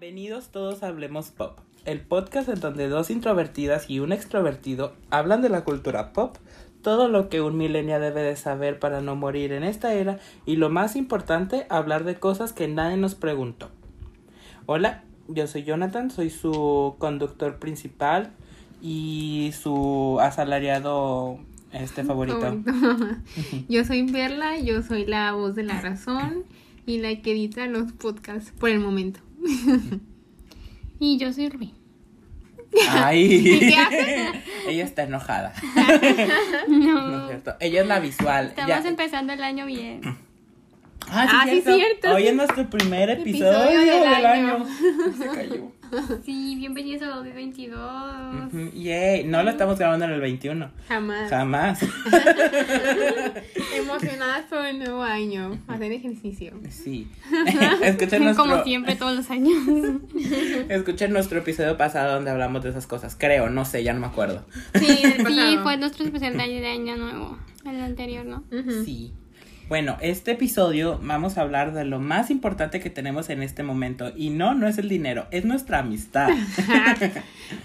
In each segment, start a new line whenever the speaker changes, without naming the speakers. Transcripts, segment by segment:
Bienvenidos todos a Hablemos Pop, el podcast en donde dos introvertidas y un extrovertido hablan de la cultura pop, todo lo que un milenio debe de saber para no morir en esta era y lo más importante, hablar de cosas que nadie nos preguntó. Hola, yo soy Jonathan, soy su conductor principal y su asalariado este favorito.
Favorito. yo soy Perla, yo soy la voz de la razón y la que edita los podcasts por el momento.
Y yo soy Rui.
Ay,
¿Qué haces?
ella está enojada.
¿Ah?
No es
No.
cierto. Ella es la visual.
Estamos
ya. eh.
empezando el año bien.
Ah, sí, cierto.
Hoy es nuestro primer episodio,
Episodio
del,
del
año.
año.
Se cayó.
Sí, bienvenidos a 2022.
Ujú, Yay. No lo estamos grabando en el 21.
Jamás.
Jamás.
Emocionadas por el nuevo año. Hacer ejercicio.
Sí. escuchen, nuestro,
Como siempre, todos los años.
escuchen nuestro episodio pasado donde hablamos de esas cosas. Creo, no sé, ya no me acuerdo.
Sí, del
Sí,
pasado.
fue nuestro especial de año, de año nuevo. El anterior, ¿no?
Ujú.
Sí. Bueno, este episodio vamos a hablar de lo más importante que tenemos en este momento. Y no, no es el dinero, es nuestra amistad.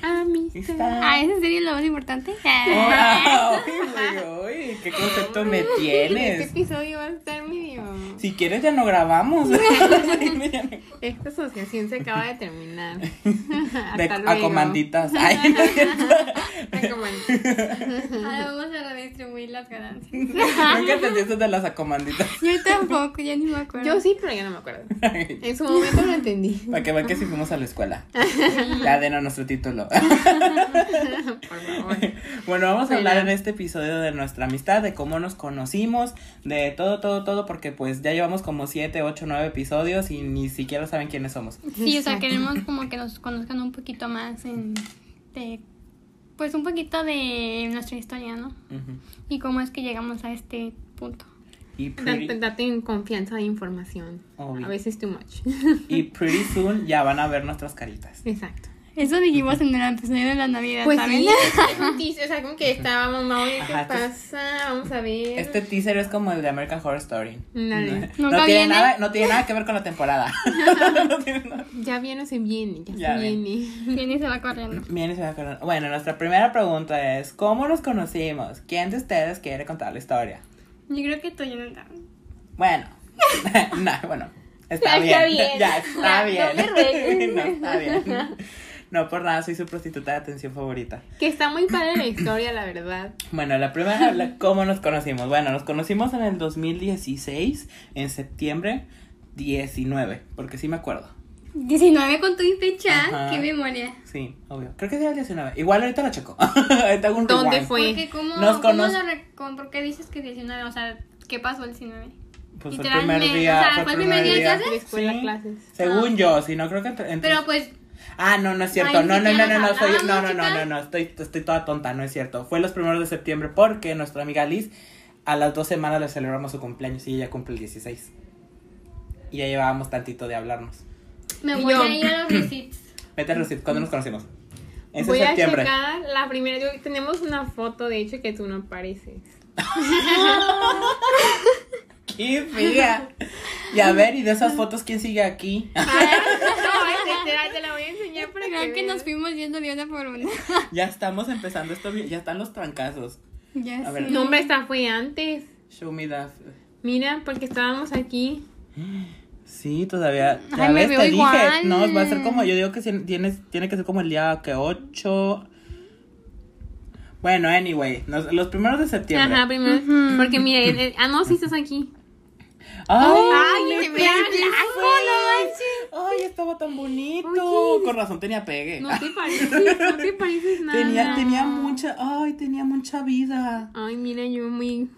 Amistad.
Está.
Ah, ¿es en serio lo más importante?
Ah. Wow, uy, uy, ¿Qué concepto me
Este
tienes?
episodio va a estar medio.
Si quieres ya no grabamos.
Esta asociación se acaba de terminar.
De,
Hasta
a
luego.
comanditas. Ay, no es cierto.
A comandita.
Ahora Ah, vamos a redistribuir las ganancias.
Nunca entendí eso de las acomanditas.
Yo tampoco, ya ni me acuerdo.
Yo sí, pero ya no me acuerdo. En su momento lo entendí.
Para que vean que sí fuimos a la escuela. Ya denos nuestro título.
Por favor.
Bueno, vamos a
Bueno.
hablar en este episodio de nuestra amistad, de cómo nos conocimos, de todo, todo, todo, porque pues ya llevamos como 7, 8, 9 episodios y ni siquiera saben quiénes somos.
Sí, o sea,
Exacto.
queremos como que nos conozcan un poquito más en, de, pues un poquito de nuestra historia, ¿no?
Ujú.
Y cómo es que llegamos a este punto.
Y pretty,
Date, date en confianza de información.
Obvio.
A veces too much.
y pretty soon ya van a ver nuestras caritas.
Exacto.
Eso dijimos en el episodio de la Navidad,
Pues
¿saben?
sí, es un teaser, o sea, como que estábamos, vamos a ver qué
Ajá, entonces-
pasa, vamos a ver.
Este teaser es como el de American Horror Story.
Dale.
No, tiene
Nunca viene.
nada, no tiene nada que ver con la temporada. no tiene nada.
Ya viene o se viene, ya,
Ya
se
ven.
viene.
Bien, y se va corriendo.
Bien, y se va a acordar. Bueno, nuestra primera pregunta es, ¿cómo nos conocimos? ¿Quién de ustedes quiere contar la historia?
Yo creo que tú, Yolanda.
Bueno, no, bueno, está,
Está
bien.
bien.
Ya, está
No,
bien.
no me regues.
No, está bien. No, por nada, soy su prostituta de atención favorita.
Que está muy padre la historia, la verdad.
Bueno, la primera, la- ¿cómo nos conocimos? Bueno, nos conocimos en el 2016, en septiembre 19, porque sí me acuerdo.
19 con tu fecha,
Ajá.
qué memoria.
Sí, obvio. Creo que sí era el 19. Igual ahorita lo checo. Ahorita hago un
¿Dónde
rewind.
fue?
Porque cómo,
Nos
cómo
conoce-
lo re- cómo- ¿por qué dices que 19? O sea, ¿qué pasó el 19?
Pues fue el primer
Literalmente,
día.
o sea, ¿fue el primer día de Ah.
clases? Después de clases.
Según yo, si no creo que entre- entre-
Pero pues,
Ah, no, no es cierto.
Ay, ni
no, no, no, no,
siquiera
no,
nos
soy- no, no,
hablamos,
no, no,
chicas.
no, estoy, estoy toda tonta, no es cierto. Fue los primeros de septiembre porque nuestra amiga Liz a las dos semanas le celebramos su cumpleaños y ella cumple el 16. Y ya llevábamos tantito de hablarnos.
me
Y
voy
yo-
a ir a los receipts.
Vete, Rosy, ¿cuándo nos conocimos? En
Voy a
septiembre.
checar la primera. yo- tenemos una foto, de hecho, que tú no apareces.
¡Qué fea! Y a ver, y de esas fotos, ¿quién sigue aquí?
no, espera, te la voy a enseñar para
Creo que
veas.
nos fuimos yendo de una por una.
ya estamos empezando esto, bien, ya están los trancazos.
ya
A
sé.
ver.
No, hombre, esta fue antes.
Show me that.
Mira, porque estábamos aquí.
Sí, todavía. Ya
Ay, me
ves,
veo
te dije.
igual.
No, va a ser como. Yo digo que si- tienes, tiene que ser como el día que 8. Bueno, anyway, nos- los primeros de septiembre.
Ajá, primero. Porque mira, el- el- ah, no, sí estás aquí.
¡Ay!
Ay,
mi
se veía
pelo
blanco,
fue. ¡Ay, estaba tan bonito!
Oye.
Con razón tenía pegue.
No te pareces, no te pareces nada.
tenía, tenía mucha. ¡Ay, tenía mucha vida!
Ay, mira, yo muy.
Ay,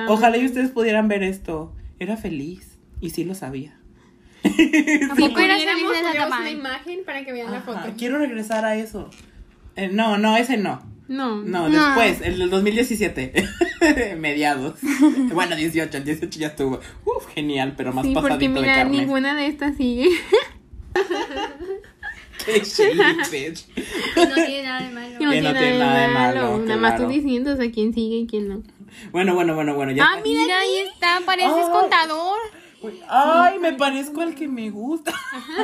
Ah.
ojalá y ustedes pudieran ver esto. Era feliz. Y sí lo sabía.
poco
Si
eras
pudiéramos,
feliz de esa
pondríamos
tamaño?
una imagen para que vean la
Ajá,
foto.
Quiero regresar a eso. Eh, no, no, ese no.
No.
No,
No.
después, el del 2017, mediados. Bueno, 18, el 18 ya estuvo. Uf, genial, pero más
Sí, porque
pasadito de
mira,
carne.
ninguna de estas sigue.
Qué chili, bitch.
No tiene nada de malo.
Que no tiene nada de malo. Nada más tú
claro.
diciendo, o sea, quién sigue y quién no. Ah,
Bueno, bueno, bueno, bueno. Ya Oh.
Ah, mira, ahí está, pareces
Ay.
contador.
Uy, Ay, me parezco al que me gusta.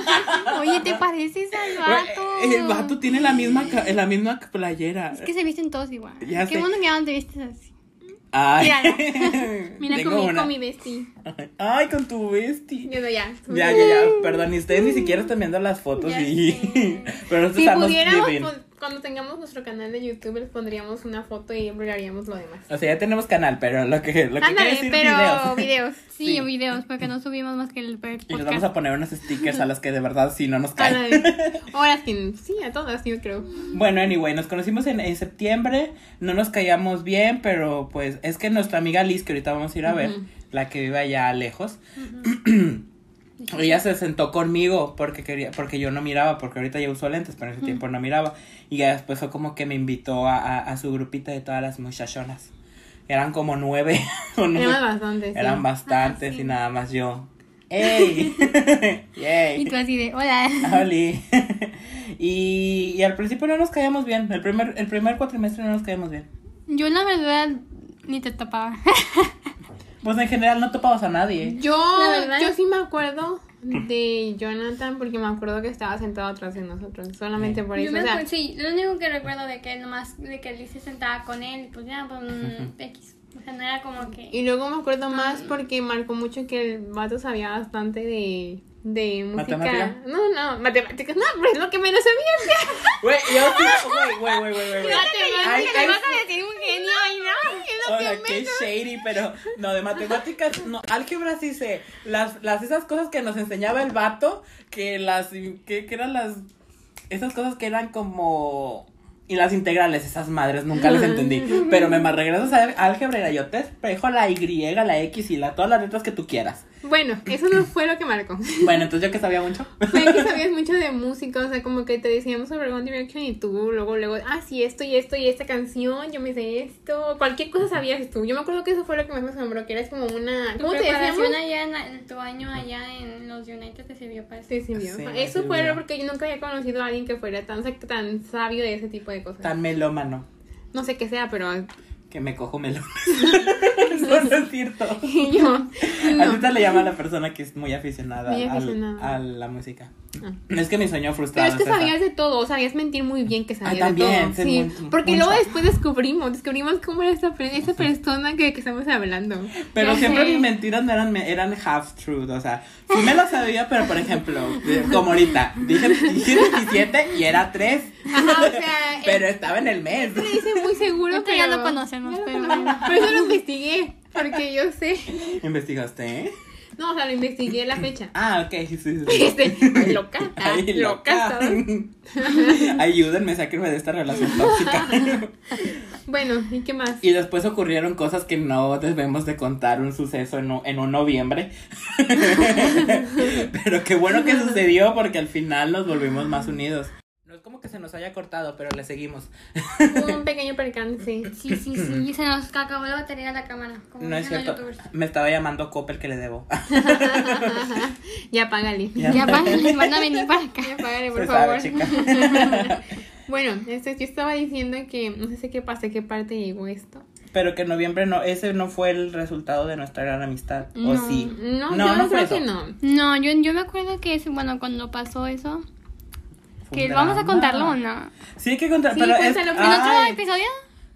Oye, ¿te pareces al vato?
El vato tiene la misma, ca- la misma playera.
Es que se visten todos igual.
Ya
Qué
sé.
bueno que ya no te vistes así.
Ay.
Mira
Tengo
con mi,
una.
con mi bestie.
Ay, con tu bestia.
Yo no, ya.
Ya, ya, ya, perdón, y ustedes ni siquiera están viendo las fotos
Ya
y...
sé.
Pero nosotros
Si pues,
estamos
pudiéramos,
living.
pon- cuando tengamos nuestro canal de YouTube, les pondríamos una foto y hablaríamos lo demás.
O sea, ya tenemos canal, pero lo que, lo que quiere
Ándale,
decir
pero
videos.
videos.
Sí,
Sí.
videos, porque no subimos más que el
Y
per-
les
podcast.
vamos a poner unos stickers a las que de verdad sí no nos caen.
Ándale. Ahora sí, sí, a todas, yo creo.
Bueno, anyway, nos conocimos en, en septiembre, no nos caíamos bien, pero pues es que nuestra amiga Liz, que ahorita vamos a ir a ver,
Ujú.
la que vive allá lejos, ella se sentó conmigo porque quería, porque yo no miraba, porque ahorita ya uso lentes, pero en ese tiempo no miraba. Y ya después fue como que me invitó a, a- a su grupita de todas las muchachonas. Eran como nueve o no
Eran
sé,
bastantes. sí.
pues, Eran bastantes
Ah, sí.
y nada más yo. ¡Ey! ¡Yay!
Y tú así de, hola.
Oli. y, y al principio no nos caíamos bien. El primer, el primer cuatrimestre no nos caíamos bien.
Yo la verdad ni te tapaba.
Pues en general no topabas a nadie.
Yo,
La verdad-
yo sí me acuerdo de Jonathan porque me acuerdo que estaba sentado atrás de nosotros. Solamente por
Yo
eso.
me
o sea,
acuerdo, sí, lo único que recuerdo de que nomás, de que Liz se sentaba con él, pues ya, pues, mm, X. O sea, no era como que...
y luego me acuerdo más porque marcó mucho que el vato sabía bastante de, de música.
¿Matemática?
No, no, matemáticas. No, pero es lo que menos sabía.
Güey, yo sí- güey, güey, güey, güey, güey, güey. Ay,
Matemáticas,
ay.
le vas a decir un genio y no, es lo
Hola,
que
qué
menos.
shady, pero no, de matemáticas, no, álgebra sí sé, las, las, esas cosas que nos enseñaba el vato, que las, que, que eran las, esas cosas que eran como, y las integrales, esas madres, nunca las entendí, pero me ma- regresas a álgebra y era yo te espejo la Y, la X y la, todas las letras que tú quieras.
Bueno, eso no fue lo que marcó.
Bueno, entonces yo que sabía mucho.
Fue que sabías mucho de música, o sea, como que te decíamos sobre One Direction y tú luego, luego, ah, sí, esto y esto y esta canción, yo me sé esto, cualquier cosa sabías tú. Yo me acuerdo que eso fue lo que más me asombró, que eras como una...
Tu
¿Cómo te decíamos?
preparación allá en, la- en tu año allá en los United te sirvió para eso.
Sí, sí, mío.
Sí,
eso
sí,
fue
mío.
porque yo nunca había conocido a alguien que fuera tan, sac- tan sabio de ese tipo de cosas.
Tan melómano,
No sé qué sea, pero
que me cojo melones. Eso no es cierto.
y yo...
Así te le llama a la persona que es muy aficionada,
Muy
al-
aficionada.
a la música.
Ah.
Es que mi sueño
Pero
frustrado.
es que
esa.
sabías de todo, sabías mentir muy bien que sabías de
Ah, también, sí,
todo. Sí,
muy-
porque
mucho.
luego después descubrimos, descubrimos cómo era esta, per- esta persona que, que estamos hablando.
Pero
Ya
siempre
sé.
mis mentiras no eran, me- eran half truth, o sea, sí me lo sabía, pero por ejemplo, de- como ahorita, dije, dije 17 y era 3,
Ajá, o sea,
pero estaba en el mes.
me dice muy seguro
Esto
pero
ya lo conocemos,
ya lo
pero
conocemos.
bueno.
Pero eso lo investigué, porque yo sé.
¿Investigaste? eh?
No, o sea, lo investigué la fecha.
Ah, ok, sí, sí, sí.
Este, loca,
Ay,
loca, ¿sabes?
Ayúdenme, sáquenme de esta relación tóxica.
Bueno, ¿y qué más?
Y después ocurrieron cosas que no debemos de contar un suceso en un, en un noviembre. pero qué bueno que sucedió porque al final nos volvimos más unidos. No es como que se nos haya cortado, pero le seguimos.
Hubo un pequeño percance.
Sí, sí, sí, se nos acabó la batería de la cámara.
Oh,
Como
No es
dicen
cierto.
los youtubers.
Me estaba llamando Coppel que le debo.
ya págale.
Ya.
Ya van, van a venir para acá.
Ya págale, por
Se
favor.
sabe, chica.
bueno, este, yo estaba diciendo que no sé qué pasa, qué parte llegó esto.
Pero que en noviembre no, ese no fue el resultado de nuestra gran amistad. ¿O
No,
sí?
No,
no,
yo
no fue
creo
eso.
que no.
No, yo, yo me acuerdo que, es, bueno, cuando pasó eso,
Fue un
que vamos a
drama.
contarlo o no.
Sí, hay que contar.
Sí,
pero es-
cuéntalo,
¿En otro
ay,
episodio?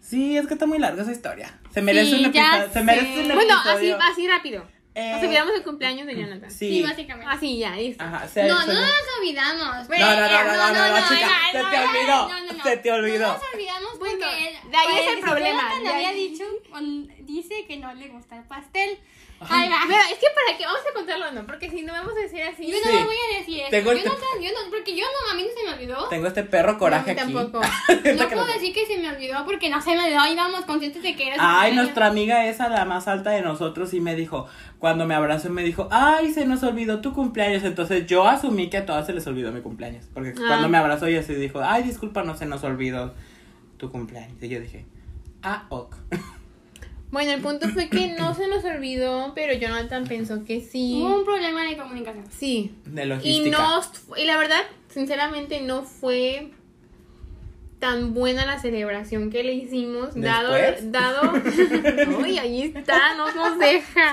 Sí, es que está muy larga esa historia. Se merece
Sí,
un
ya
episodio. Se
sé.
merece un
Bueno, así,
episodio.
así rápido.
Eh,
Nos olvidamos el cumpleaños de Jonathan.
Sí.
básicamente.
Así, ya, listo.
Ajá, se-
No,
se-
no nos olvidamos.
No, no, no, no, no, no, no, chica,
ay,
se
no,
te
no,
olvidó,
no, no,
se te
no.
olvidó.
No nos olvidamos porque
Bueno,
él-
de ahí es
pues,
el problema,
Jonathan
de ahí-
había dicho, mm, dice que no le gusta el pastel.
Ay, va. Pero es que para qué vamos a contarlo, no, porque si no vamos a decir así.
Yo no
Sí.
lo voy a decir eso.
Tengo el
yo, no, yo no, porque yo no, a mí no se me olvidó.
Tengo este perro coraje
No, a mí
aquí.
tampoco.
Ahorita
No
que
puedo
lo-
decir que se me olvidó porque no se me olvidó. Íbamos conscientes de que era su
Ay,
cumpleaños.
nuestra amiga esa, la más alta de nosotros, y me dijo, cuando me abrazó, me dijo, ay, se nos olvidó tu cumpleaños. Entonces yo asumí que a todas se les olvidó mi cumpleaños. Porque
Ah.
cuando me abrazó, ella se dijo, ay, disculpa, no se nos olvidó tu cumpleaños. Y yo dije, ah, ok.
Bueno, el punto fue que no se nos olvidó, pero Jonathan pensó que sí.
Oh.
Hubo un problema de comunicación.
Sí.
De
Y
logística.
no, y la verdad, sinceramente no fue tan buena la celebración que le hicimos, dado,
Después.
dado, uy, ahí está, no nos deja.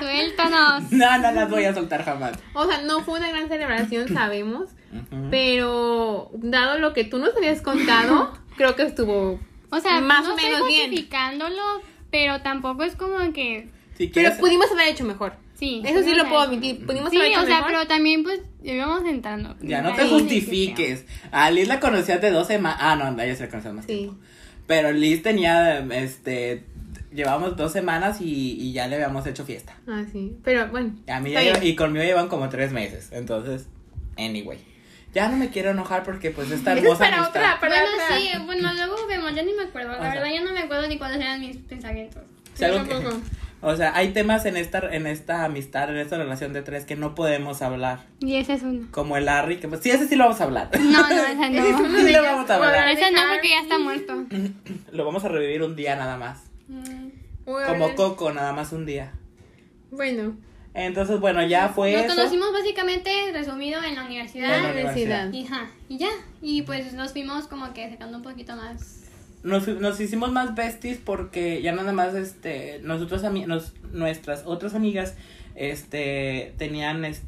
Suéltanos.
No, no las voy a soltar jamás.
O sea, no fue una gran celebración, sabemos,
Ujú.
pero dado lo que tú nos habías contado, creo que estuvo
O sea,
Más
no
o menos
estoy
bien.
justificándolo, pero tampoco es como que.
Si
Pero
quieres,
pudimos haber hecho mejor.
Sí.
Eso sí lo
o sea,
puedo admitir. Pudimos
Sí,
haber hecho
o sea,
mejor.
pero también pues íbamos entrando.
ya no
Ahí
te
sí, sí, sí.
justifiques. A Liz la conocías de dos semanas. Ah, no, anda, ya se la conocía más
Sí.
Pero Liz tenía, este, llevamos dos semanas y, y ya le habíamos hecho fiesta.
Ah, sí. Pero bueno.
A mí
está
ya lleva-
bien.
y conmigo llevan como tres meses, entonces, anyway. Ya no me quiero enojar porque pues esta
Eso es
hermosa
para
amistad-
otra, para
Bueno,
otra.
sí, bueno, luego vemos, ya ni me acuerdo. La
O sea.
verdad, ya no me acuerdo ni cuáles eran mis pensamientos.
si algo que-
tampoco.
o sea, hay temas en esta, en esta amistad, en esta relación de tres que no podemos hablar.
Y ese es uno.
Como el Harry, que pues sí, ese sí lo vamos a hablar.
No, no, esa
Ese es
no.
uno
Sí,
de
lo
ellos.
vamos a
Voy
hablar.
hablar de
Ese no,
Harry.
porque ya está muerto.
Lo vamos a revivir un día nada más.
Voy a
Como
hablar-
Coco, nada más un día.
Bueno,
Entonces, bueno, ya fue
Nos
eso.
conocimos básicamente resumido en la universidad.
En la
universidad.
Y, ajá, y ya. Y pues nos fuimos como que sacando un poquito más.
Nos, fu- nos hicimos más besties porque ya nada más este nosotros ami- nos, nuestras otras amigas este tenían es-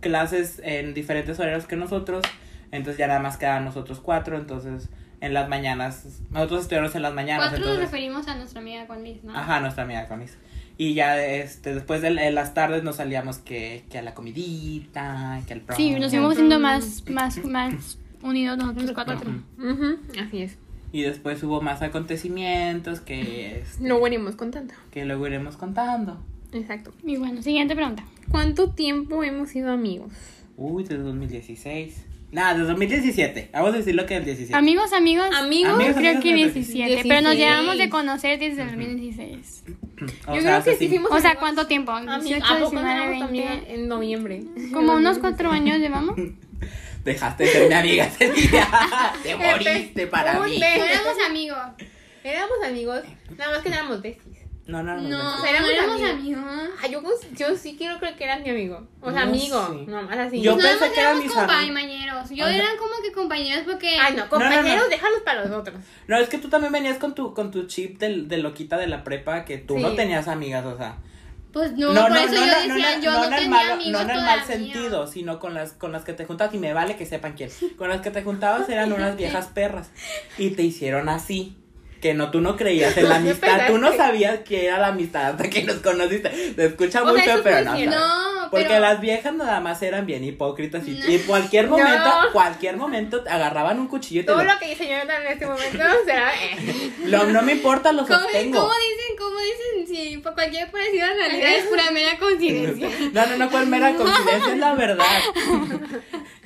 clases en diferentes horarios que nosotros, entonces ya nada más quedaban nosotros cuatro, entonces en las mañanas nosotros estudiamos en las mañanas,
Cuatro nos
entonces
referimos a nuestra amiga con Liz, ¿no?
ajá, nuestra amiga Conis. Y ya este después de en las tardes nos salíamos que, que a la comidita, que al prom.
Sí, nos fuimos siendo más, más, más unidos nosotros cuatro.
ujú, así es.
Y después hubo más acontecimientos que este,
No venimos contando.
que luego iremos contando.
Exacto.
Y bueno, siguiente pregunta.
¿Cuánto tiempo hemos sido amigos?
Uy, desde 2016. Nada, desde 2017. Vamos a decir lo que es el 17.
Amigos, amigos.
Amigos,
Amigos,
Creo
amigos,
que
amigos.
17, pero nos
16.
llevamos de conocer desde el 2016.
O
yo
sea,
creo que
hace
sí
cinco-
fuimos
O sea,
amigos.
¿cuánto tiempo?
Amigos,
18,
¿A poco
19,
éramos
20.
amigas en noviembre?
Como unos cuatro años llevamos.
Dejaste de ser mi amiga ese día. Te moriste para
Un
mí.
mes.
éramos amigos.
Éramos amigos, nada más que éramos besties.
No, no, no.
No,
O sea, éramos
éramos
amigos.
amigos.
Ah, yo, cons- yo sí quiero creer que eras mi amigo. O sea,
No
amigo.
sé.
Nomás así.
Yo-
Pues nada
pensé
más
que eran
éramos
mis
compañeros. Yo
O sea-
eran como que compañeros porque.
Ay, no, compañeros,
No, no, no.
déjalos para los otros.
No, es que tú también venías con tu, con tu chip del, de loquita de la prepa que tú
Sí.
no tenías amigas, o sea.
Pues no, por eso yo
no,
decía,
no,
yo
no
no,
en el
tenía
malo-
amigos.
no en el mal
todavía.
sentido, sino con las, con las que te juntabas, y me vale que sepan quién. Con las que te juntabas eran unas viejas perras. Y te hicieron así. Que no, tú no creías en la amistad, tú no
Pensaste.
sabías que era la amistad hasta que nos conociste. Se escucha
O sea,
mucho,
eso
pero
fue
no.
cierto.
sabes.
No,
Porque
pero.
las viejas nada más eran bien hipócritas y,
No.
y cualquier momento,
No.
cualquier momento te agarraban un cuchillo y te
Todo
lo-
lo que dice yo en este momento será. eh.
lo- no me importa, lo
¿Cómo,
sostengo.
cómo dicen? ¿Cómo dicen? Si por cualquier parecido a la realidad es pura mera coincidencia.
No, no, no, cuál mera coincidencia, es la verdad.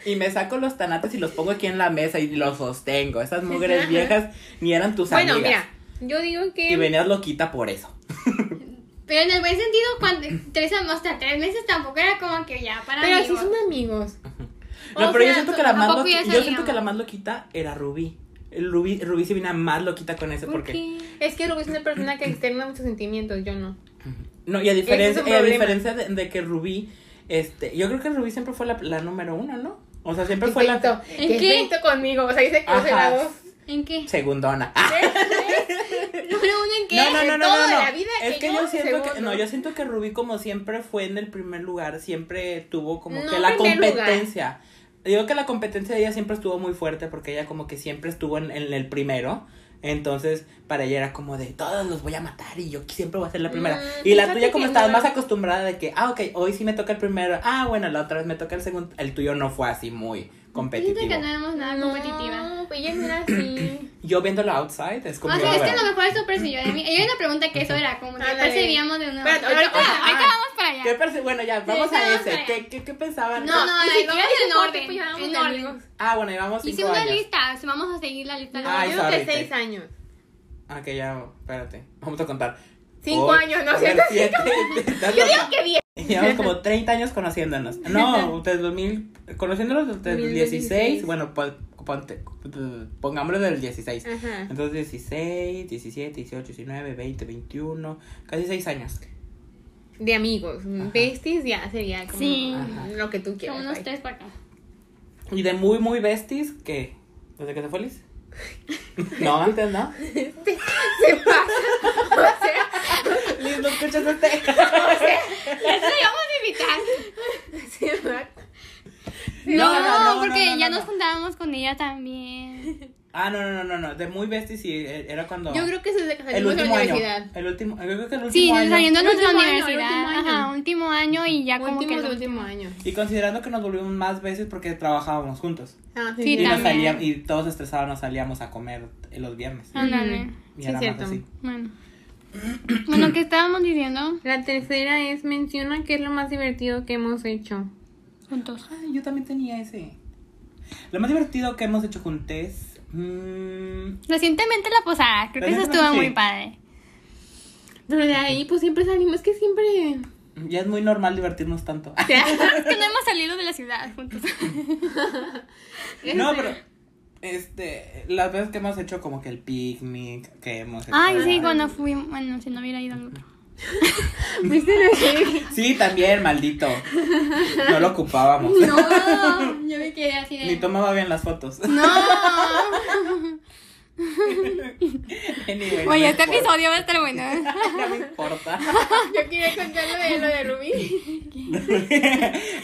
Y me saco los tanates y los pongo aquí en la mesa y los sostengo. Esas mugres
Ajá.
viejas ni eran tus
Bueno,
amigas.
mira, eh, yo digo
Y
que.
venías loquita por eso.
Pero en el buen sentido, cuando, tres, hasta tres meses tampoco era como que ya para
Pero sí
amigos.
son amigos.
No,
O
pero yo
sea,
siento que la más
tampoco
loqui-
ya
yo siento
sabíamos.
que la más loquita era Rubí. El Rubí, Rubí se venía más loquita con ese porque
Es que Rubí es una persona que externa muchos sentimientos, yo no.
No, y a, diferen-
Ese es un
y a
problema.
diferencia de, de que Rubí, este, yo creo que Rubí siempre fue la, la número uno, ¿no? O sea, siempre fue
Perfecto.
la
Que
¿En qué?
es feito conmigo. O sea, dice que
Ajá.
es de la dos.
¿En qué?
segundona. Ah,
Número uno en qué.
no, no,
de
no, no,
todo,
no,
de
no.
la vida
Es
que
que
yo
yo
era
siento que,
segundo.
no, yo siento que Rubí como siempre fue en el primer lugar, siempre tuvo como
No
que la
primer lugar.
competencia. Digo que la competencia de ella siempre estuvo muy fuerte porque ella como que siempre estuvo en, en el primero. Entonces, para ella era como de todos los voy a matar y yo siempre voy a ser la primera.
Mm,
y la
fíjate
tuya, como
que
estabas
no.
más acostumbrada de que, ah, ok, hoy sí me toca el primero. Ah, bueno, la otra vez me toca el segundo. El tuyo no fue así muy competitivo.
Siento que no éramos nada Ah, competitiva.
No, pues ella no era así.
Yo viéndolo outside es como.
o sea, es que a
bueno,
lo mejor eso percibió de mí. Y hay una pregunta que eso era como que
Ándale.
percibíamos de una.
Espérate,
ahorita,
ahorita-
ahorita vamos para allá.
Ah, ¿Qué perci- bueno, ya, vamos
Sí,
a
vamos
ese.
para
¿Qué, qué, qué pensaban?
No, no,
Ni
no,
siquiera pues,
vamos
sé
en
cuánto
orden.
tiempo llevábamos
En
de
orden.
amigos.
Ah, bueno, llevamos cinco
Hice una
años.
lista. Vamos a seguir la lista.
No,
Ay,
yo
Ah, sorry,
de seis
te-
años.
Ah, que ya, espérate. Vamos a contar.
Cinco
Ocho,
años, no
a ver,
siento
siete. Estás
Yo digo
loca.
que diez.
Llevamos como 30 años conociéndonos. No, desde 2000, conociéndonos desde el 16,
2016.
bueno, pon- ponte, pongámoslo del 16.
Ajá.
Entonces 16, 17, 18, 19, 20, 21, casi 6 años.
De amigos. Besties ya sería como
Sí.
Ajá.
lo que tú
Como
quieras.
unos
ahí.
tres para acá.
Y de muy, muy besties, que ¿Desde que se fue Liz? No, antes no.
Se pasa. O sea,
Liz, no escuchas este.
Eso íbamos a evitar.
se va.
No,
no, no,
porque
no, no,
ya
no.
nos juntábamos con ella también.
Ah, no, no, no, no, no. De muy besties sí, eh, era cuando.
Yo creo que desde que
el
salimos de la
último año.
universidad.
El último, yo creo que el último
Sí,
año.
saliendo de
El
nuestra
último año, el
universidad.
último año.
Ajá, último año y ya como
Último
que.
de
lo-
último año.
Y considerando que nos volvimos más veces porque trabajábamos juntos.
Ah, sí,
Sí,
Y,
sí.
nos
también.
salíamos, y todos estresados nos salíamos a comer eh, los viernes.
Ándale.
Y
Ah, sí,
era más
cierto.
así.
Bueno. Bueno, ¿qué estábamos diciendo?
La tercera es menciona qué es lo más divertido que hemos hecho.
Juntos.
Ah, yo también tenía ese. Lo más divertido que hemos hecho juntos. Mmm,
Recientemente la posada. Creo que eso
Recientemente,
estuvo
sí.
muy padre.
Pero de ahí pues siempre salimos, es que siempre...
ya es muy normal divertirnos tanto.
O sea,
Es que no hemos salido de la ciudad juntos.
no, pero. Este, las veces que hemos hecho como que el picnic, que hemos hecho.
Ay, sí, cuando fui. Bueno, si no hubiera ido al otro.
¿Viste lo Este, que-
Sí, también, maldito. No lo ocupábamos.
No, yo me quedé así
Ni
de.
tomaba bien las fotos.
No.
Anyway,
Oye,
no
este
importa.
episodio va a estar bueno.
No me importa.
Yo quería contar lo de, lo de Rubí.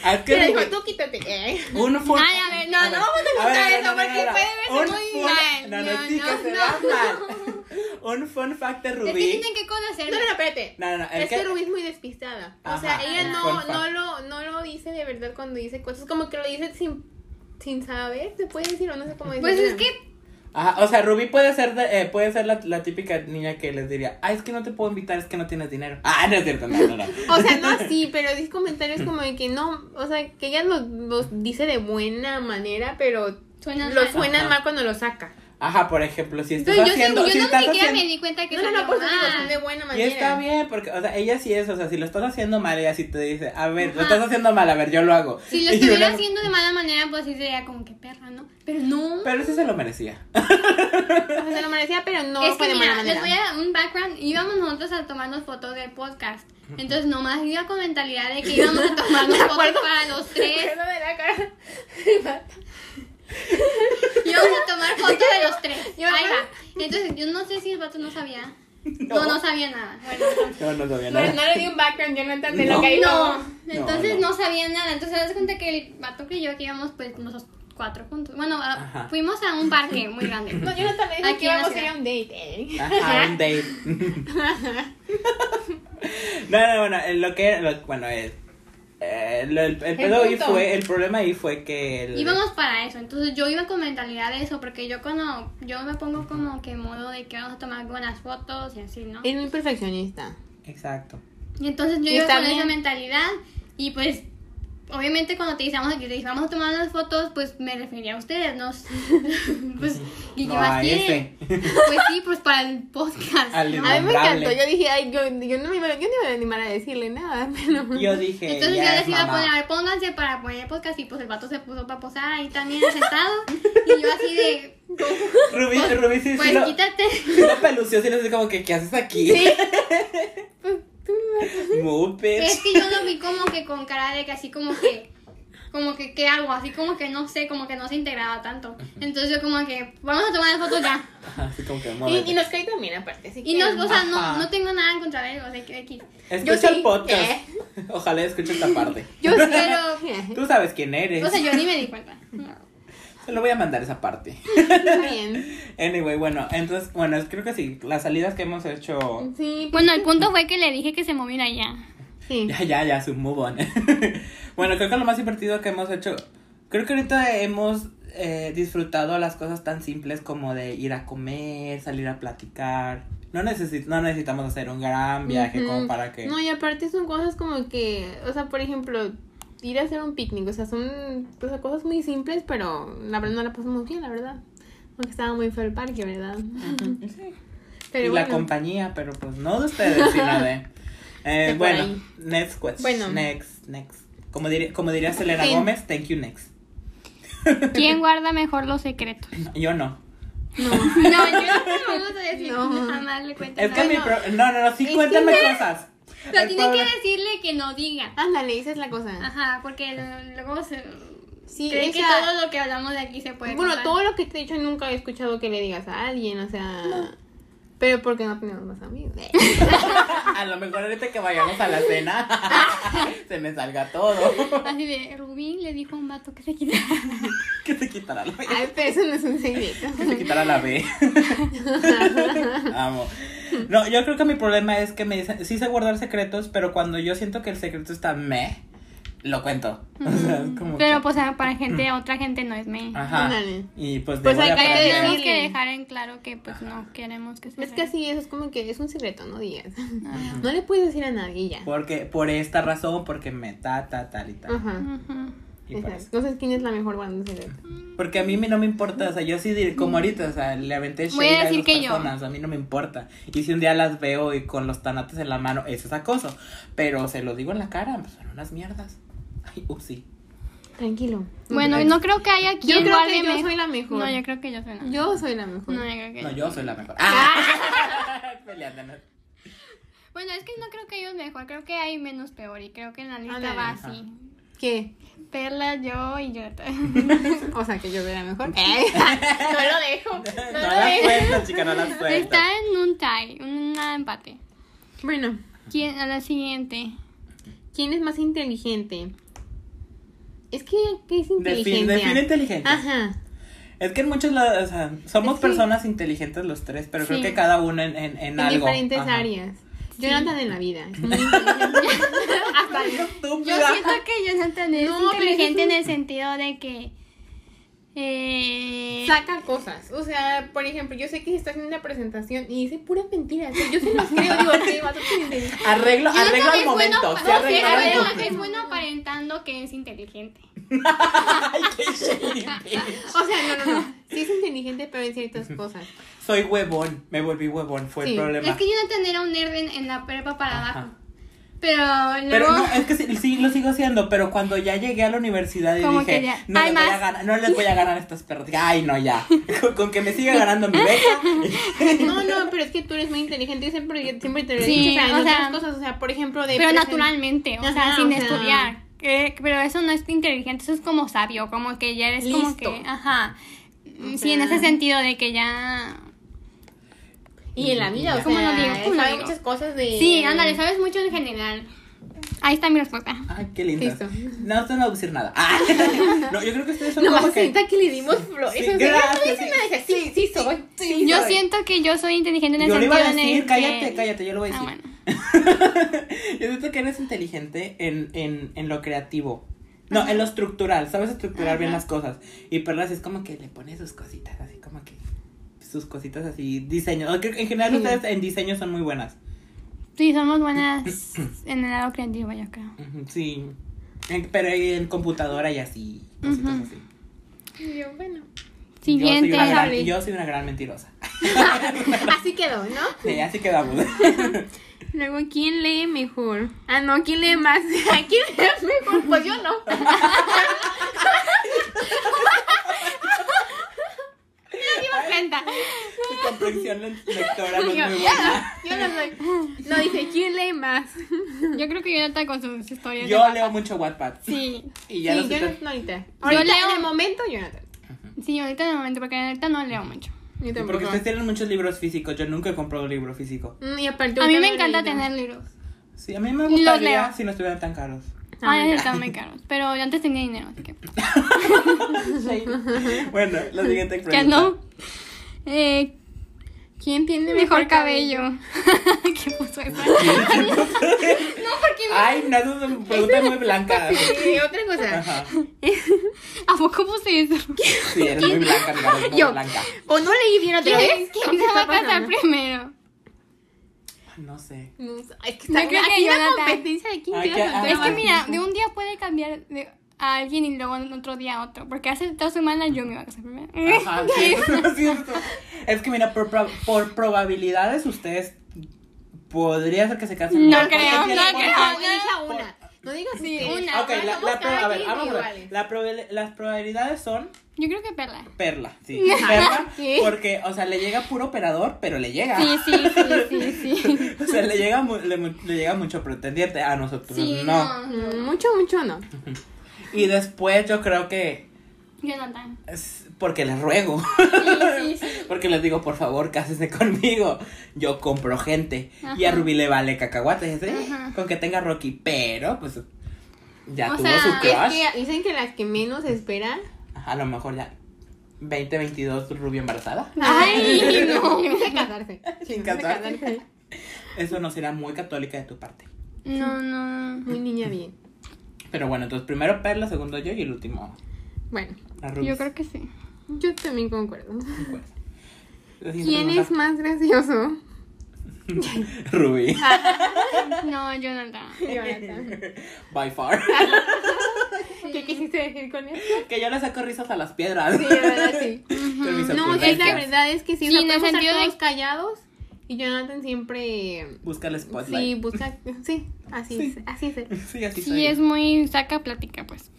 Ah, es que
Que le dijo, tú quítate. eh.
uno fue.
Ay, a ver, no, no vamos a
A ver,
contar
no,
eso
no, no,
porque
no, no.
puede verse
Un
muy
fun-
mal.
No, no, sí, que se va mal. Un fun fact de
Es que
Rubí.
tienen que
No,
conocer.
no, espérate.
No, no, no, el
Es que
que-
Rubí es muy despistada. O sea,
Ajá,
ella
el
no,
fun fact.
no, lo, no lo dice de verdad cuando dice cosas. Como que lo dice sin, sin saber, se puede decir o no sé cómo decirlo.
Pues es que
Ajá, o sea, Rubí puede ser, de- eh, puede ser la, la típica niña que les diría, ah, es que no te puedo invitar, es que no tienes dinero. Ah, no es cierto, no, no, no.
O sea, no así, pero dice comentarios como de que no, o sea, que ella los, los dice de buena manera, pero
suena
lo
mal.
suena
Ajá.
mal cuando lo saca.
Ajá, por ejemplo, si estás
Entonces, yo,
haciendo...
yo
si
no
estás
ni siquiera
haciendo-
me di cuenta que
No, no,
salió
no, por eso digo,
mal.
son de buena
Y
manera.
está bien, porque, o sea, ella sí es, o sea, si lo estás haciendo mal, ella sí te dice, a ver, lo
Ajá.
estás haciendo mal, a ver, yo lo hago.
Si lo
Y
estuviera
uno-
haciendo de mala manera, pues sí sería como que perra, ¿no? Pero no.
Pero sí se lo merecía.
O sea, se lo merecía, pero no
es
fue
que
de
mira,
buena
les voy
manera.
a dar un background. Íbamos nosotros a tomarnos fotos del podcast. Entonces, nomás iba con mentalidad de que íbamos a tomarnos fotos para los tres.
Recuerdo de la cara.
Íbamos a tomar fotos de los tres.
Yo-
Ahí va. Entonces, yo no sé si el vato no sabía. No,
No.
no, sabía nada. Bueno,
No, no sabía nada.
Pero no le di un background, Jonathan, de
No.
lo que dijo.
no. Entonces,
no.
no. sabía nada. Entonces, te das cuenta que el vato creyó que íbamos, pues, nosotros cuatro juntos. Bueno, a-
Ajá.
fuimos a un parque muy grande.
No, Jonathan le dijo
Aquí Ah.
que
en la
íbamos a ir
ciudad.
a un date. eh.
Ajá, un date. no, no, bueno, eh, lo que lo- bueno, eh, eh, lo- el, el pedo ahí
punto.
fue, el problema ahí fue que el-
Íbamos para eso, entonces yo iba con mentalidad de eso, porque yo cuando yo me pongo como que en modo de que vamos a tomar buenas fotos y así, ¿no?
Es muy perfeccionista.
Exacto.
Y entonces yo
Y
iba
está
con
bien.
esa mentalidad y pues obviamente cuando te dicen vamos a, que te- vamos a tomar unas fotos, pues me refería a ustedes, ¿no? pues y yo
No, a
así, de-
ese.
pues sí, pues para el podcast.
Al
¿no?
de-
A mí me
Innombrable.
encantó. Yo dije, ay, yo, yo no me iba, yo no me iba a animar a decirle nada, pero.
Yo dije,
Entonces
ya
yo
es
les iba a
mamá.
poner, a ver, pónganse para poner el podcast y pues el vato se puso para posar ahí también sentado y yo así de,
Rubí, Rubí sí, sí
pues
lo,
quítate.
sí lo pelució, sí le dice como que, ¿qué haces aquí? Sí. Move,
Es
bitch.
que yo lo vi como que con cara de que así como que, como que qué hago, así como que no sé, como que no se integraba tanto. Entonces yo como que, vamos a tomar fotos ya.
Ajá, Así como que,
Y, y
muévete.
nos cae también, aparte. Así
Y
que-
no, o sea,
Ajá.
no, no tengo nada en contra de él, o sea, que X.
Escucha
yo
el
sí,
podcast. Ojalá escuche esta parte.
Yo sí, pero.
Tú sabes quién eres.
O sea, yo ni me di cuenta.
Se lo voy a mandar esa parte.
Está bien.
Anyway, bueno, entonces, bueno, creo que sí, las salidas que hemos hecho.
Sí,
Bueno, el punto fue que le dije que se moviera ya.
sí.
Ya, ya, ya, su move on. bueno, creo que lo más divertido que hemos hecho. Creo que ahorita hemos eh, disfrutado las cosas tan simples como de ir a comer, salir a platicar. No, necesi- no necesitamos hacer un gran viaje como
Ujú.
para que.
No, y aparte son cosas como que, o sea, por ejemplo, ir a hacer un picnic, o sea, son o sea, cosas muy simples, pero la verdad no la pasamos bien, la verdad. Porque estaba muy feo el parque, ¿verdad?
Ujú, sí.
Pero
y
bueno,
la compañía, pero pues no de ustedes, sino de. eh,
De por
bueno,
ahí.
next question.
Bueno.
Next, next. Como diría, como diría Selena
Sí.
Gómez, thank you, next.
¿Quién guarda mejor los secretos?
Yo no.
No, yo no me gusta decir,
No.
jamás le cuento.
Es que
nada.
mi. pro- No, no, no, sí,
Es que
cuéntame
me-
cosas.
Pero
El
tienen que
pobre-
decirle que no diga.
Ándale, esa es la cosa.
Ajá, porque luego se...
Sí,
Ah, Creen
o
que
sea,
todo lo que hablamos de aquí se puede
Bueno,
contar?
todo lo que te he dicho nunca he escuchado que le digas a alguien, o sea... Pero porque no tenemos más amigos.
A lo mejor ahorita que vayamos a la cena se me salga todo.
Así de, Rubín le dijo a un vato que se quitara.
Que se quitará la B.
Ay, pero eso no es un secreto.
Que se quitará la B. Amo. No, yo creo que mi problema es que me dicen, sí sé guardar secretos, pero cuando yo siento que el secreto está me, lo cuento. O sea, es como
Pero
que- Ah,
pues ah, para gente, otra gente no es me.
Ajá.
pues, Ándale.
Y pues, de
Pues
voy
hay
a
que
aprender.
decir-
Tenemos
Sí.
que dejar en claro que pues no queremos que se
Es que
vea.
así, eso es como que es un secreto, no digas.
Ah.
No le puedes decir a nadie y ya.
Porque, por esta razón, porque me ta, ta, tal y tal.
Ajá.
Ujú.
Y por
Exacto.
eso.
Entonces, ¿quién es la mejor guardando secreto?
Porque a mí me- no me importa, o sea, yo sí, diré, como ahorita, o sea, le aventé
Voy a
shade
decir
dos
que yo.
personas, a mí no me importa. Y si un día las veo y con los tanates en la mano, eso es acoso. Pero se los digo en la cara, pues son unas mierdas. Ay, uh, sí
Tranquilo.
Bueno, no creo que haya quien
Yo creo
guarde
que yo
me-
soy la mejor.
No, yo creo que yo soy la mejor.
Yo soy la mejor.
No, yo creo que
No,
yo.
yo soy la mejor. ¡Ah! Peleándonos.
Bueno, es que no creo que ellos mejor, creo que hay menos peor y creo que en la lista
Ándale.
va
Ajá.
así.
¿Qué?
Perla, yo y yo.
O sea, que yo soy la mejor. no lo dejo.
No las cuentas, chica, no las cuentas.
Está en un tie, un empate.
Bueno,
¿Quién, a la siguiente.
¿quién es más inteligente? Es que, ¿qué es
Define,
inteligencia?
define inteligente.
Ajá.
Es que en muchos lados, o sea, somos
Es que-
personas inteligentes los tres, pero creo
Sí.
que cada uno en, en, en
En
algo.
diferentes
Ajá.
áreas. Jonathan en la vida. es muy inteligente. Hasta
Ay,
yo.
Yo
estúpida.
siento que Jonathan es
No, pero
inteligente
eso-
en el sentido de que. Eh,
saca cosas. O sea, por ejemplo, yo sé que está haciendo una presentación y dice puras mentiras. Yo se las creo, digo, sí, vato, tú eres
Arreglo,
Jonathan
arreglo al
es
momento.
Bueno,
sí,
no, sí,
arreglo al
es, bueno,
momento.
es bueno aparentando que es inteligente.
Ay, qué shady.
O sea, no, no, no. Sí es inteligente, pero en ciertas cosas.
Soy huevón, me volví huevón, fue
Sí,
el problema.
Es que Jonathan era un nerd en, en la prepa para
Ajá.
abajo. Pero luego.
Pero no, es que sí, sí, lo sigo haciendo, pero cuando ya llegué a la universidad y
Como que
dije,
ya,
no
hay
les, voy a
más".
ganar, no les voy a ganar a estas perras. Dije, Ay, no, ya. Con, con que me siga ganando mi beca.
No, no, pero es que tú eres muy inteligente y siempre, siempre te lo he
Sí,
dicho. O sea, en
o sea,
otras cosas, o sea, por ejemplo, de.
Pero
presen-
naturalmente, o sea,
Ajá,
sin
pues, o sea.
estudiar. Que- pero eso no es inteligente, eso es como sabio, como que ya eres como
Listo.
que. Ajá.
O
Sí, en
sea.
ese sentido de que ya.
Y en la vida, o
¿Cómo
sea,
lo digo? ¿Cómo lo
sabe
digo?
muchas cosas de.
Sí, ándale, sabes mucho en general. Ahí está mi respuesta.
Ay, qué lindo.
Listo.
No, usted no va a decir nada. Ah, no, yo creo que ustedes son
Nomás
como que...
sienta que le dimos flores.
Sí,
o sea,
gracias,
¿qué me
sí.
dice? Me dice, Sí, sí, soy.
Sí,
Yo
soy.
siento que yo soy inteligente en el
Yo le
sentido
iba a
de
decir,
que-
cállate, cállate, yo lo voy a
Ah,
decir.
bueno.
Yo siento que eres inteligente en, en, en lo creativo. No, en lo estructural. Sabes estructurar bien las cosas. Y Perlas es como que le pone sus cositas, así como que sus cositas así, diseño. O que En general
Sí.
ustedes en diseño son muy buenas.
Sí, somos buenas en el lado creativo, yo creo.
Ujú, Sí. En- Pero en computadora y así, cositas
Ujú.
así.
Y yo, bueno.
Siguiente.
Yo soy, una gran-
Hable.
yo soy una gran mentirosa.
Así quedó, ¿no?
Sí, así quedamos.
Luego, ¿quién lee mejor? Ah, no, ¿quién lee más? ¿A quién lee mejor? Pues yo no.
Cuenta.
Mi comprensión le- lectora no
Yo,
es muy buena.
yo no soy. No, dice, ¿quién lee más?
Yo creo que Jonathan con sus historias. de
Yo
papá.
leo mucho Wattpad.
Sí,
Y ya
sí,
lo
yo no,
sé.
no ahorita. Ahorita,
leo-
en el momento, yo no. Yo
sí, ahorita de momento, porque ahorita no leo mucho.
tampoco.
Porque ustedes tienen muchos libros físicos. Yo nunca he comprado un libro físico.
Mm, Y aparte,
A mí
ahorita
me
no
encanta
leí
tener
nada.
libros.
Sí, a mí me
Los
gustaría
leo.
si no estuvieran tan caros.
Ah,
Ah,
mira.
están muy caros. Pero yo antes tenía dinero, así que.
bueno, la siguiente pregunta.
Ya no. Eh,
¿Quién tiene
mejor cabello. ¿Qué puso eso? No, porque.
Ay, no, eso es una pregunta muy blanca.
Sí, otra cosa.
Ajá.
¿A poco puse eso?
Sí, eres muy blanca, amiga, eres muy
Yo.
blanca.
¿O no leí bien otra
¿Quién
vez?
quién se va a casar primero?
No sé.
No sé, Es que
No
está
creo que
aquí una
Jonathan.
competencia de quién
Ay, que-
queda soltero
Ah,
Es que
más.
mira, de un día puede cambiar de- a alguien y luego en otro día a otro. Porque hace dos semanas yo me iba a casar primero.
Ajá, sí, sí, eso. Es que mira, por, pro- por probabilidades ustedes podría ser que se casen.
No
Porque
creo,
tienen-
no
porque-
creo.
No, elija una. No digas
Sí,
ustedes.
una.
Ok, la,
Somos
la pro-
cada
a ver,
quien
vamos a ver.
iguales.
La probabil- las probabilidades son
Yo creo que Perla.
Perla, sí. Perla,
Sí.
porque, o sea, le llega puro operador, pero le llega.
Sí, sí, sí, sí, sí.
O sea, le llega, mu- le, mu- le llega mucho pretendiente a nosotros.
Sí,
no.
no.
Mm, Mucho, mucho no.
Y después yo creo que
Jonathan.
es porque les ruego,
Sí, sí, sí.
porque les digo, por favor, cásense conmigo. Yo compro gente. Y a
Ajá.
Ruby le vale cacahuates, ¿eh?
Ajá.
Con que tenga Rocky, pero pues ya
O
tuvo
sea,
su
es
crush.
Es que dicen que las que menos espera.
Ajá, a lo mejor ya 2022 Ruby embarazada.
Ay, no.
Empieza a casarse.
Sin
Empieza a
casarse.
casarse.
Eso no será muy católica de tu parte.
No, no.
Muy niña bien.
Pero bueno, entonces primero Perla, segundo yo y el último
Bueno,
la Ruby.
Yo creo que sí.
yo también concuerdo.
Bueno. La siguiente
¿Quién es más gracioso?
pregunta. Ruby.
No, Jonathan.
Jonathan.
By far.
¿Qué quisiste decir con eso?
que yo le saco risas a las piedras.
Sí, la verdad, sí.
Con mis
No, sí,
ocurrencias.
la verdad es que sí,
Sí,
nos
en el
podemos estar
sentido de-
todos callados y Jonathan siempre
Busca el
sí
spotlight.
busca, sí, así
Sí.
es, así es. él.
Sí, así soy.
Sí, es muy saca plática, pues.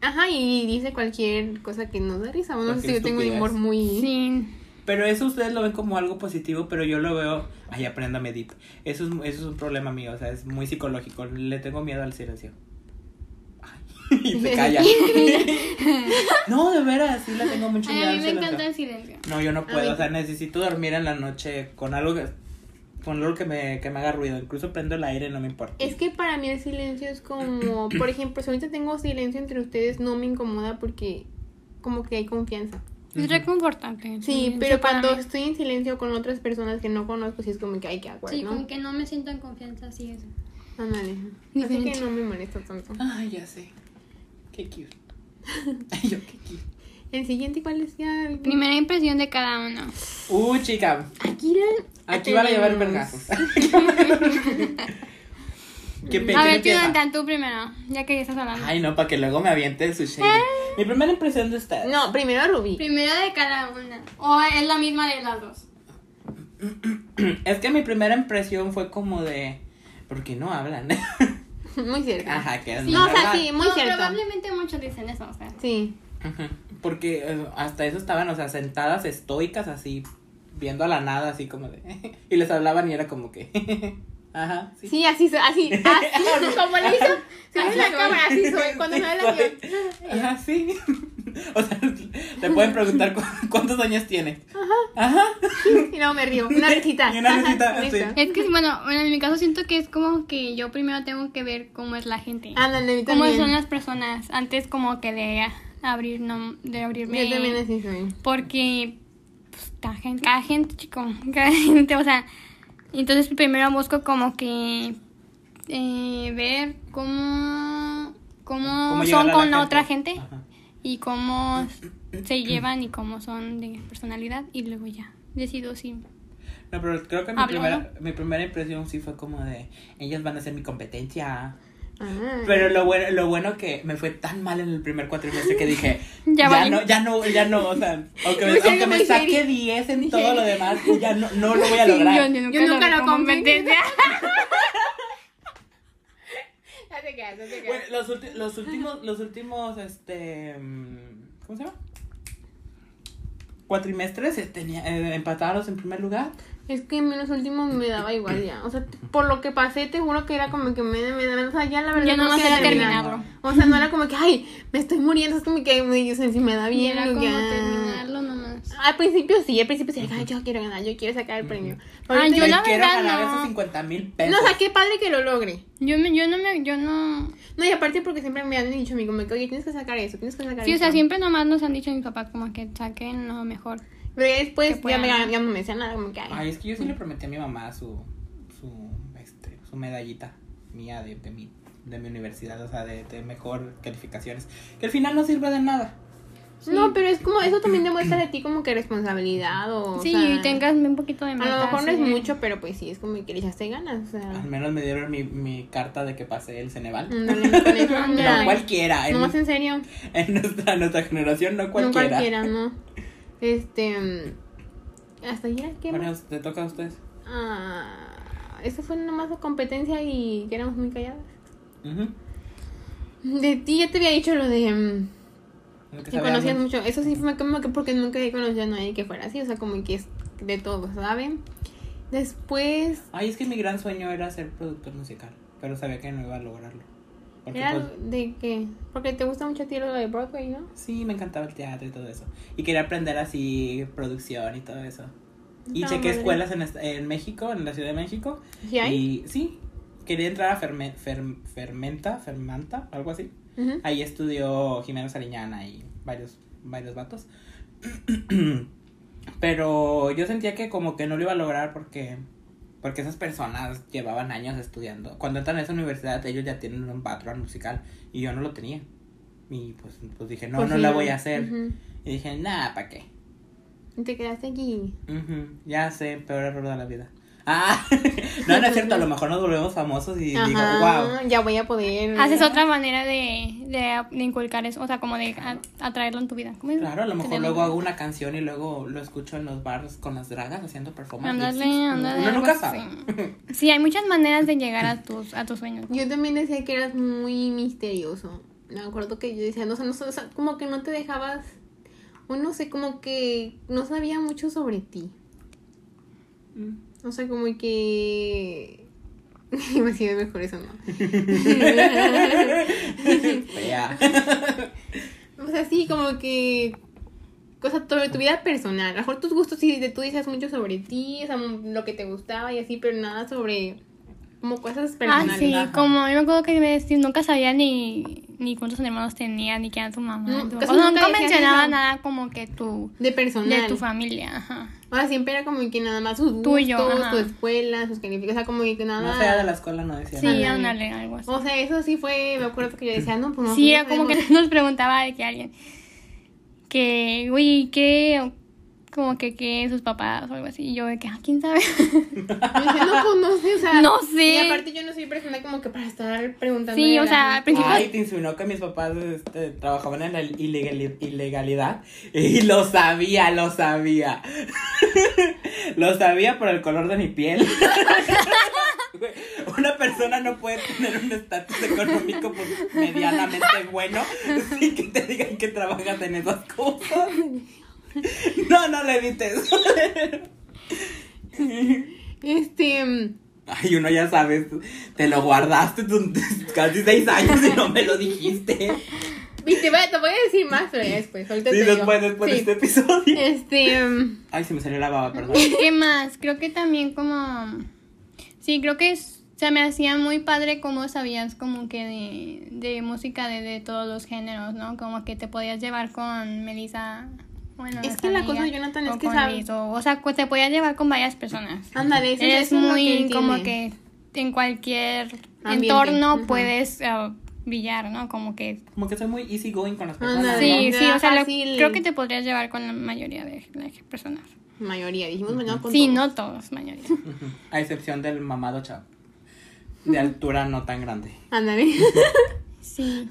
Ajá, y dice cualquier cosa que nos da risa, bueno, no sé si
Cualquier
yo tengo un humor
estupidez.
muy
Sí.
Pero eso ustedes lo ven como algo positivo, pero yo lo veo. Ay, aprenda a meditar. Eso es, eso es un problema mío, o sea, es muy psicológico. Le tengo miedo al silencio. Ay, y se calla. no, de veras, sí le tengo mucho
A
miedo
mí
al
me
silencio.
encanta el silencio.
No, yo no
A mí-
puedo, o sea, necesito dormir en la noche con algo que, con algo que me, que me haga ruido. Incluso prendo el aire, no me importa.
Es que para mí el silencio es como, por ejemplo, si ahorita tengo silencio entre ustedes no me incomoda porque como que hay confianza.
Ujú.
Es reconfortante.
Sí,
Sí,
pero
para
cuando
mí.
estoy en silencio con otras personas que no conozco, sí es como que hay que aguardar,
Sí,
¿no?
con que no me siento en confianza, sí, eso.
Ándale. Así
Diferente.
que no me molesta tanto.
Ay, ya sé. Qué cute. Ay, yo qué cute.
El siguiente, ¿cuál es ya?
Primera impresión de cada uno.
Uh, chica.
Aquí la-
Aquí van a llevar
Tenemos-
vergazos. ¿Qué pe-
A
quién
ver, tú,
empieza?
Jonathan, tú primero, ya que ya estás hablando.
Ay, no, para que luego me aviente el sushi. Mi primera impresión de ustedes.
Eh. No, primero Ruby.
Primera de cada una. O es la misma de las dos.
Es que mi primera impresión fue como de. ¿Por qué no hablan?
Muy cierto.
Ajá, que es
No, o sea,
normal.
sí, muy
no,
cierto.
probablemente muchos dicen eso, o sea.
Sí.
Ujú, Porque eh, hasta eso estaban, o sea, sentadas estoicas así, viendo a la nada, así como de. y les hablaban y era como que. Ajá, sí.
Sí, así, so- así, así, como le hizo. Se ve en la cámara, así soy. Cuando me habla yo.
Ajá, sí. O sea, te pueden preguntar cu- cuántos años tiene.
Y luego me río. Una risita.
Y una
Ajá,
risita,
listo.
sí.
Es que, bueno, bueno, en mi caso siento que es como que yo primero tengo que ver cómo es la gente.
Ándale, Ah, yo
cómo
también.
son las personas antes como que de abrir, no, de abrirme.
Yo también así soy.
Porque pues, cada gente, cada gente, chico, cada gente, o sea, entonces primero busco como que eh, ver cómo, cómo,
¿Cómo llegar
son
a
con
la
otra gente
Ajá.
y cómo se llevan y cómo son de personalidad y luego ya decido si...
No, pero creo que mi
Hablo,
primera, mi primera impresión sí fue como de, ellas van a ser mi competencia.
Ah.
Pero lo bueno, lo bueno que me fue tan mal en el primer cuatrimestre que dije,
Ya
ya,
vale.
no, ya no, ya no, o sea, aunque me,
Muy serio,
aunque me
muy
saque
serio.
10 en
Dije,
todo lo demás, ya no, no lo voy a lograr.
Yo nunca lo
como
compré.
competencia.
Ya te quedas, ya te
Bueno,
quedas.
los, ulti- los últimos, los últimos, este, mm, ¿cómo se llama? Cuatrimestres eh, tenía, eh, empatados en primer lugar.
Es que a mí los últimos me daba igual ya. O sea, por lo que pasé, te juro que era como que me, me daba. O sea, ya la verdad
Ya no
me
más era
terminar.
terminarlo.
O sea, no era como que, ay, me estoy muriendo. Es como que me, o sea, si me da bien. "Ah".
Era
o
como
ya.
terminarlo nomás.
Al principio sí, al principio sí, ay, yo quiero ganar, yo quiero sacar el premio. Pero
Ah,
ahorita-
yo
Me
la
quiero
verdad
ganar
no.
esos 50 mil
No,
pesos.
o sea, qué padre que lo logre.
Yo, me, yo no me... Yo no...
No, y aparte porque siempre me han dicho, amigo, me oye, tienes que sacar eso, tienes que sacar
Sí, o
eso.
sea, siempre nomás nos han dicho mis papás como que saquen lo mejor.
Pero ya después
que
ya, me,
puedan.
ya no me decían nada, como que, ay,
Ay, es que yo sí le prometí a mi mamá su, su, este, su medallita mía de, de mi, de mi universidad, o sea, de, de mejor calificaciones, que al final no sirve de nada.
No, pero es como, eso también demuestra de ti como que responsabilidad o... o
sí,
sea,
y tengas un poquito de eh.
A
meta,
lo mejor no
sí.
es mucho, pero pues sí, es como que le echaste ganas, o sea...
Al menos me dieron mi, mi carta de que pasé el Ceneval.
ándale con eso,
No
ándale.
cualquiera, en,
Mm, No más en serio,
en nuestra, nuestra generación no cualquiera.
no cualquiera, no. Este... mm, Hasta ahí era que...
Bueno, te toca a ustedes.
Ah, eso fue nomás la competencia y que éramos muy calladas.
Ujú.
De ti ya te había dicho lo de... mm,
Lo que
Que
sabían,
conocían
¿no?
mucho. Eso sí fue como que porque nunca he conocido a nadie que fuera así. O sea, como que es de todos, ¿saben? Después.
Ay, es que mi gran sueño era ser productor musical, pero sabía que no iba a lograrlo. Porque,
¿Era
pues,
de qué? Porque te gusta mucho a ti lo de Broadway, ¿no?
sí, me encantaba el teatro y todo eso. Y quería aprender así producción y todo eso. Y
No,
chequé
madre.
escuelas en, est- en México, en la Ciudad de México.
¿Sí hay?
Y sí, quería entrar a Ferme- Fer- Fermenta, Fermanta, algo así.
Ujú.
Ahí estudió Jimena Sariñana y varios, varios vatos. Pero yo sentía que como que no lo iba a lograr porque, porque esas personas llevaban años estudiando. Cuando entran a esa universidad ellos ya tienen un patrón musical y yo no lo tenía. Y pues, pues dije, no,
Por
no
fin.
la voy a hacer.
Ujú.
Y dije, nada, ¿para qué?
Y te quedaste aquí.
Ujú, Ya sé, peor error de la vida. Ah, no, no es cierto, a lo mejor nos volvemos famosos y digo, wow.
Ajá, Ya voy a poder.
Eh,
Haces otra manera de, de, de inculcar eso, o sea, como de a- atraerlo en tu vida. ¿Cómo es?
Claro, a lo mejor
Tenerlo.
luego hago una canción y luego lo escucho en los bars con las dragas haciendo performance.
Ándale,
lip-syncs.
ándale,
Uno
algo
nunca sabe.
así. Sí, hay muchas maneras de llegar a tus, a tus sueños.
Yo también decía que eras muy misterioso. Me acuerdo que yo decía, no sé, no sé, o sea, como que no te dejabas. O no sé, como que no sabía mucho sobre ti.
Mm.
O sea, como que. Iba a decir mejor eso, ¿no?
Fea.
O sea, sí, como que. O sea, sobre tu vida personal. A lo mejor tus gustos, sí, de- tú dices mucho sobre ti, o sea, lo que te gustaba y así, pero nada sobre. Como cosas
Ah, sí,
personales.
Ajá.
como yo me acuerdo que me decía, nunca sabía ni, ni cuántos hermanos tenía, ni quién era tu mamá.
No,
tu-
casi
o sea,
nunca
nunca
decías
mencionaba
eso.
nada como que tu,
De personal.
de tu familia. Ajá.
Ahora siempre era como que nada más sus gustos,
Tuyo, ajá.
su escuela, sus calificaciones, o sea, como que nada.
No sea de la escuela, no decía nada.
Ah. Sí,
Ándale.
ándale, algo así.
O sea, eso sí fue, me acuerdo que yo decía, no, pues no.
Sí,
no
era como que
sabemos.
nos preguntaba de que alguien, que, uy, ¿qué? Como que, ¿qué? Sus papás o algo así. Y yo de que, ah, ¿quién sabe?
Yo decía, no, pues no sé, o sea.
No sé.
Y aparte yo no soy persona como que para estar preguntando.
Sí, o sea, al principio
Ay, te insinuó que mis papás este, trabajaban en la ilegali- ilegalidad. Y lo sabía, lo sabía. lo sabía por el color de mi piel. Güey, Una persona no puede tener un estatus económico pues, medianamente bueno sin que te digan que trabajas en esas cosas. No, no le edites.
Este. mm,
Ay, uno ya sabes, te lo guardaste tus- casi seis años y no me lo dijiste.
Y te voy, a- te voy a decir más, pero ya después. Ahorita
Sí,
te digo.
después, después
Sí.
de este episodio.
Este. mm,
Ay, se me salió la baba, perdón.
¿Qué más? Creo que también como... Sí, creo que es- se me hacía muy padre cómo sabías como que de, de música de, de todos los géneros, ¿no? Como que te podías llevar con Melissa. Bueno,
Es
nuestra
que la
amiga,
cosa de Jonathan es
o
que
con
sabe-
Liz, o, o sea, cu- te podías llevar con varias personas.
Ándale, eso
Es
eso es lo que
muy
él
como
tiene.
que en cualquier
Ambiente,
entorno
ajá.
puedes ah, brillar, ¿no? Como que...
Como que soy muy easy going con las
Ándale.
personas.
Sí,
te
sí,
da
o sea, lo-
fácil.
creo que te podrías llevar con la mayoría de, de personas.
Mayoría, dijimos mañana con
Sí,
todos.
no todos, mayoría.
¿no? Ujú. A excepción del mamado chavo. De altura no tan grande.
Ándale.
Sí.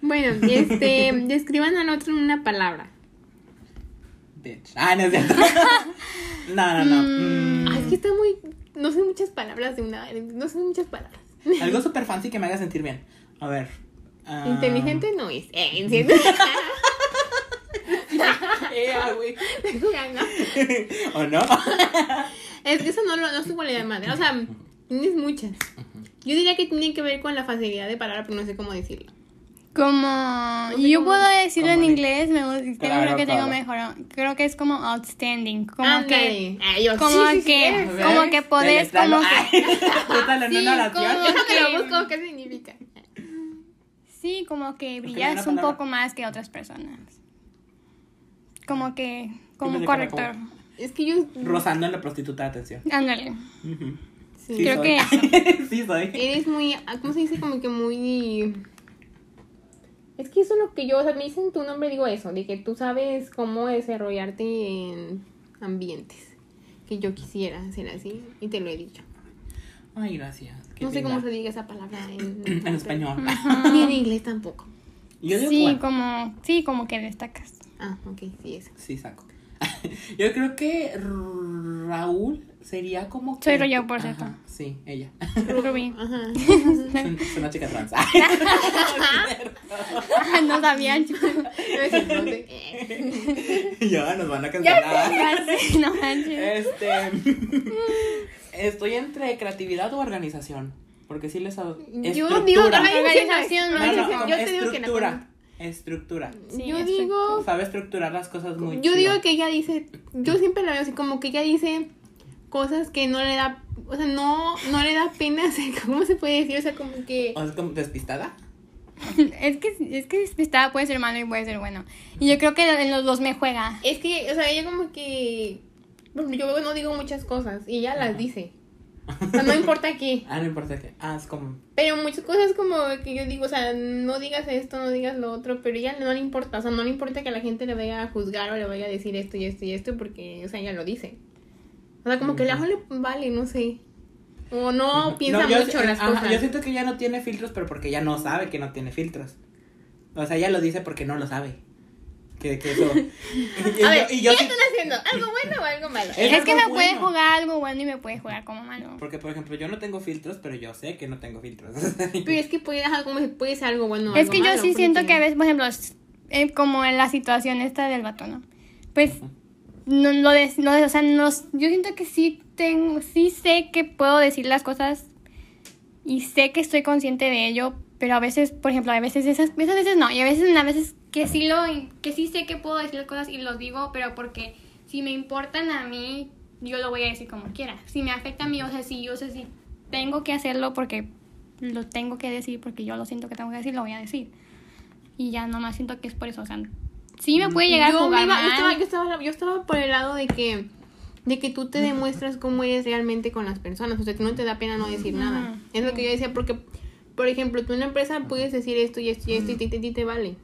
bueno, este. Describan al otro en una palabra.
Bitch. Ah, no es cierto. No, no, no.
Ay, Ah, es que está muy. No sé muchas palabras de una. No sé muchas palabras.
Mm. Algo súper fancy que me haga sentir bien. A ver. ah,
Inteligente no es. Eh, ¿entiendes?
Ea, güey.
Estoy jugando.
¿O no?
Es que eso no, lo- no es tu cualidad madre. O sea, tienes muchas. Yo diría que tiene que ver con la facilidad de palabra, pero no sé cómo decirlo.
Como
sé
yo
cómo-
puedo decirlo en
Como-
inglés, me gusta, creo
Claro,
que tengo
claro.
mejor, creo que es como outstanding, como que
Ándale. Ay, yo, sí,
como
sí, sí,
que-
sí.
A ver.
Como que podés,
Delétralo.
como que-
Ay, Suéltalo en
Sí,
una oración.
como-
Déjame lo busco, ¿qué significa?
sí, como que
una
brillas un
palabra.
poco más que otras personas. Como que como
pensé que
corrector.
era como-
Es que yo.
Rozando en la prostituta de atención.
Ándale.
Ujú. Sí,
Sí.
Creo
soy. sí, soy.
Eres muy. ah, ¿Cómo se dice? Como que muy. Es que eso es lo que yo. O sea, me dicen tu nombre, digo eso. De que tú sabes cómo desarrollarte en ambientes. Que yo quisiera ser así. Y te lo he dicho.
Ay, gracias. Qué
no sé
linda.
cómo se diga esa palabra en,
En español.
Ni en inglés tampoco.
Yo digo
Sí,
cuatro.
como sí, como que destacas.
Ah, ok, sí, eso.
Sí, saco. Yo creo que Raúl sería como. que-
Soy Royo, por cierto.
Ajá, Sí, ella.
Rubí.
Ajá.
Es una chica trans.
no sabía, chicos.
ya nos van a cancelar.
No
Eh.
manches.
Este. Estoy entre creatividad o organización. Porque sí les... ad-
Yo digo,
estructura.
ay,
Organización,
No,
no,
no,
organización.
no,
yo te digo que la
estructura. Estructura.
Sí,
yo
exacto.
digo,
Sabe estructurar las cosas muy
yo
chido.
digo que ella dice, yo siempre la veo así como que ella dice cosas que no le da, o sea, no, no le da pena, o sea, ¿cómo se puede decir? O sea, como que...
¿O es como despistada?
Es que, es que despistada puede ser malo y puede ser bueno. Y yo creo que en los dos me juega.
Es que, o sea, ella como que... bueno, Yo no digo muchas cosas y ella las dice. O sea, no importa qué.
Ah, no importa qué. Ah, es como...
Pero muchas cosas como que yo digo, o sea, no digas esto, no digas lo otro, pero ella no le importa, o sea, no le importa que la gente le vaya a juzgar o le vaya a decir esto y esto y esto, porque, o sea, ella lo dice. O sea, como que la no le vale, no sé. O no piensa
No, yo- eh,
mucho las
ajá,
cosas.
Yo siento que ya no tiene filtros, pero porque ya no sabe que no tiene filtros. O sea, ella lo dice porque no lo sabe. Que, que eso... y,
a ver,
yo, y yo
¿qué
sí- Eh,
están haciendo? ¿Algo bueno o algo malo?
Es
Es, que me
algo
puede
bueno.
jugar algo bueno y me puede jugar como malo.
Porque, por ejemplo, yo no tengo filtros, pero yo sé que no tengo filtros.
Pero es que puede, ajá, como que puede ser algo bueno o
es
algo
que yo
malo,
sí siento
porque-
que a veces, por ejemplo, s- eh, como en la situación esta del vato, ¿no? Pues, no, lo de, no de- o sea, no, s- yo siento que sí tengo, sí sé que puedo decir las cosas y sé que estoy consciente de ello, pero a veces, por ejemplo, a veces esas, esas veces no, y a veces, a veces que sí lo, que sí sé que puedo decir las cosas y los digo, pero porque si me importan a mí, yo lo voy a decir como quiera. Si me afecta a mí, o sea, si yo sé si tengo que hacerlo porque lo tengo que decir, porque yo lo siento que tengo que decir, lo voy a decir. Y ya nomás siento que es por eso, o sea, sí me puede llegar a
yo, este me
jugar
iba- yo
mal.
estaba, yo, estaba, yo estaba por el lado de que de que tú te demuestras cómo eres realmente con las personas, o sea, que no te da pena no decir nada.
Ujú.
Es lo que yo decía, porque, por ejemplo, tú en una empresa puedes decir esto y esto y esto y a ti- a ti te vale.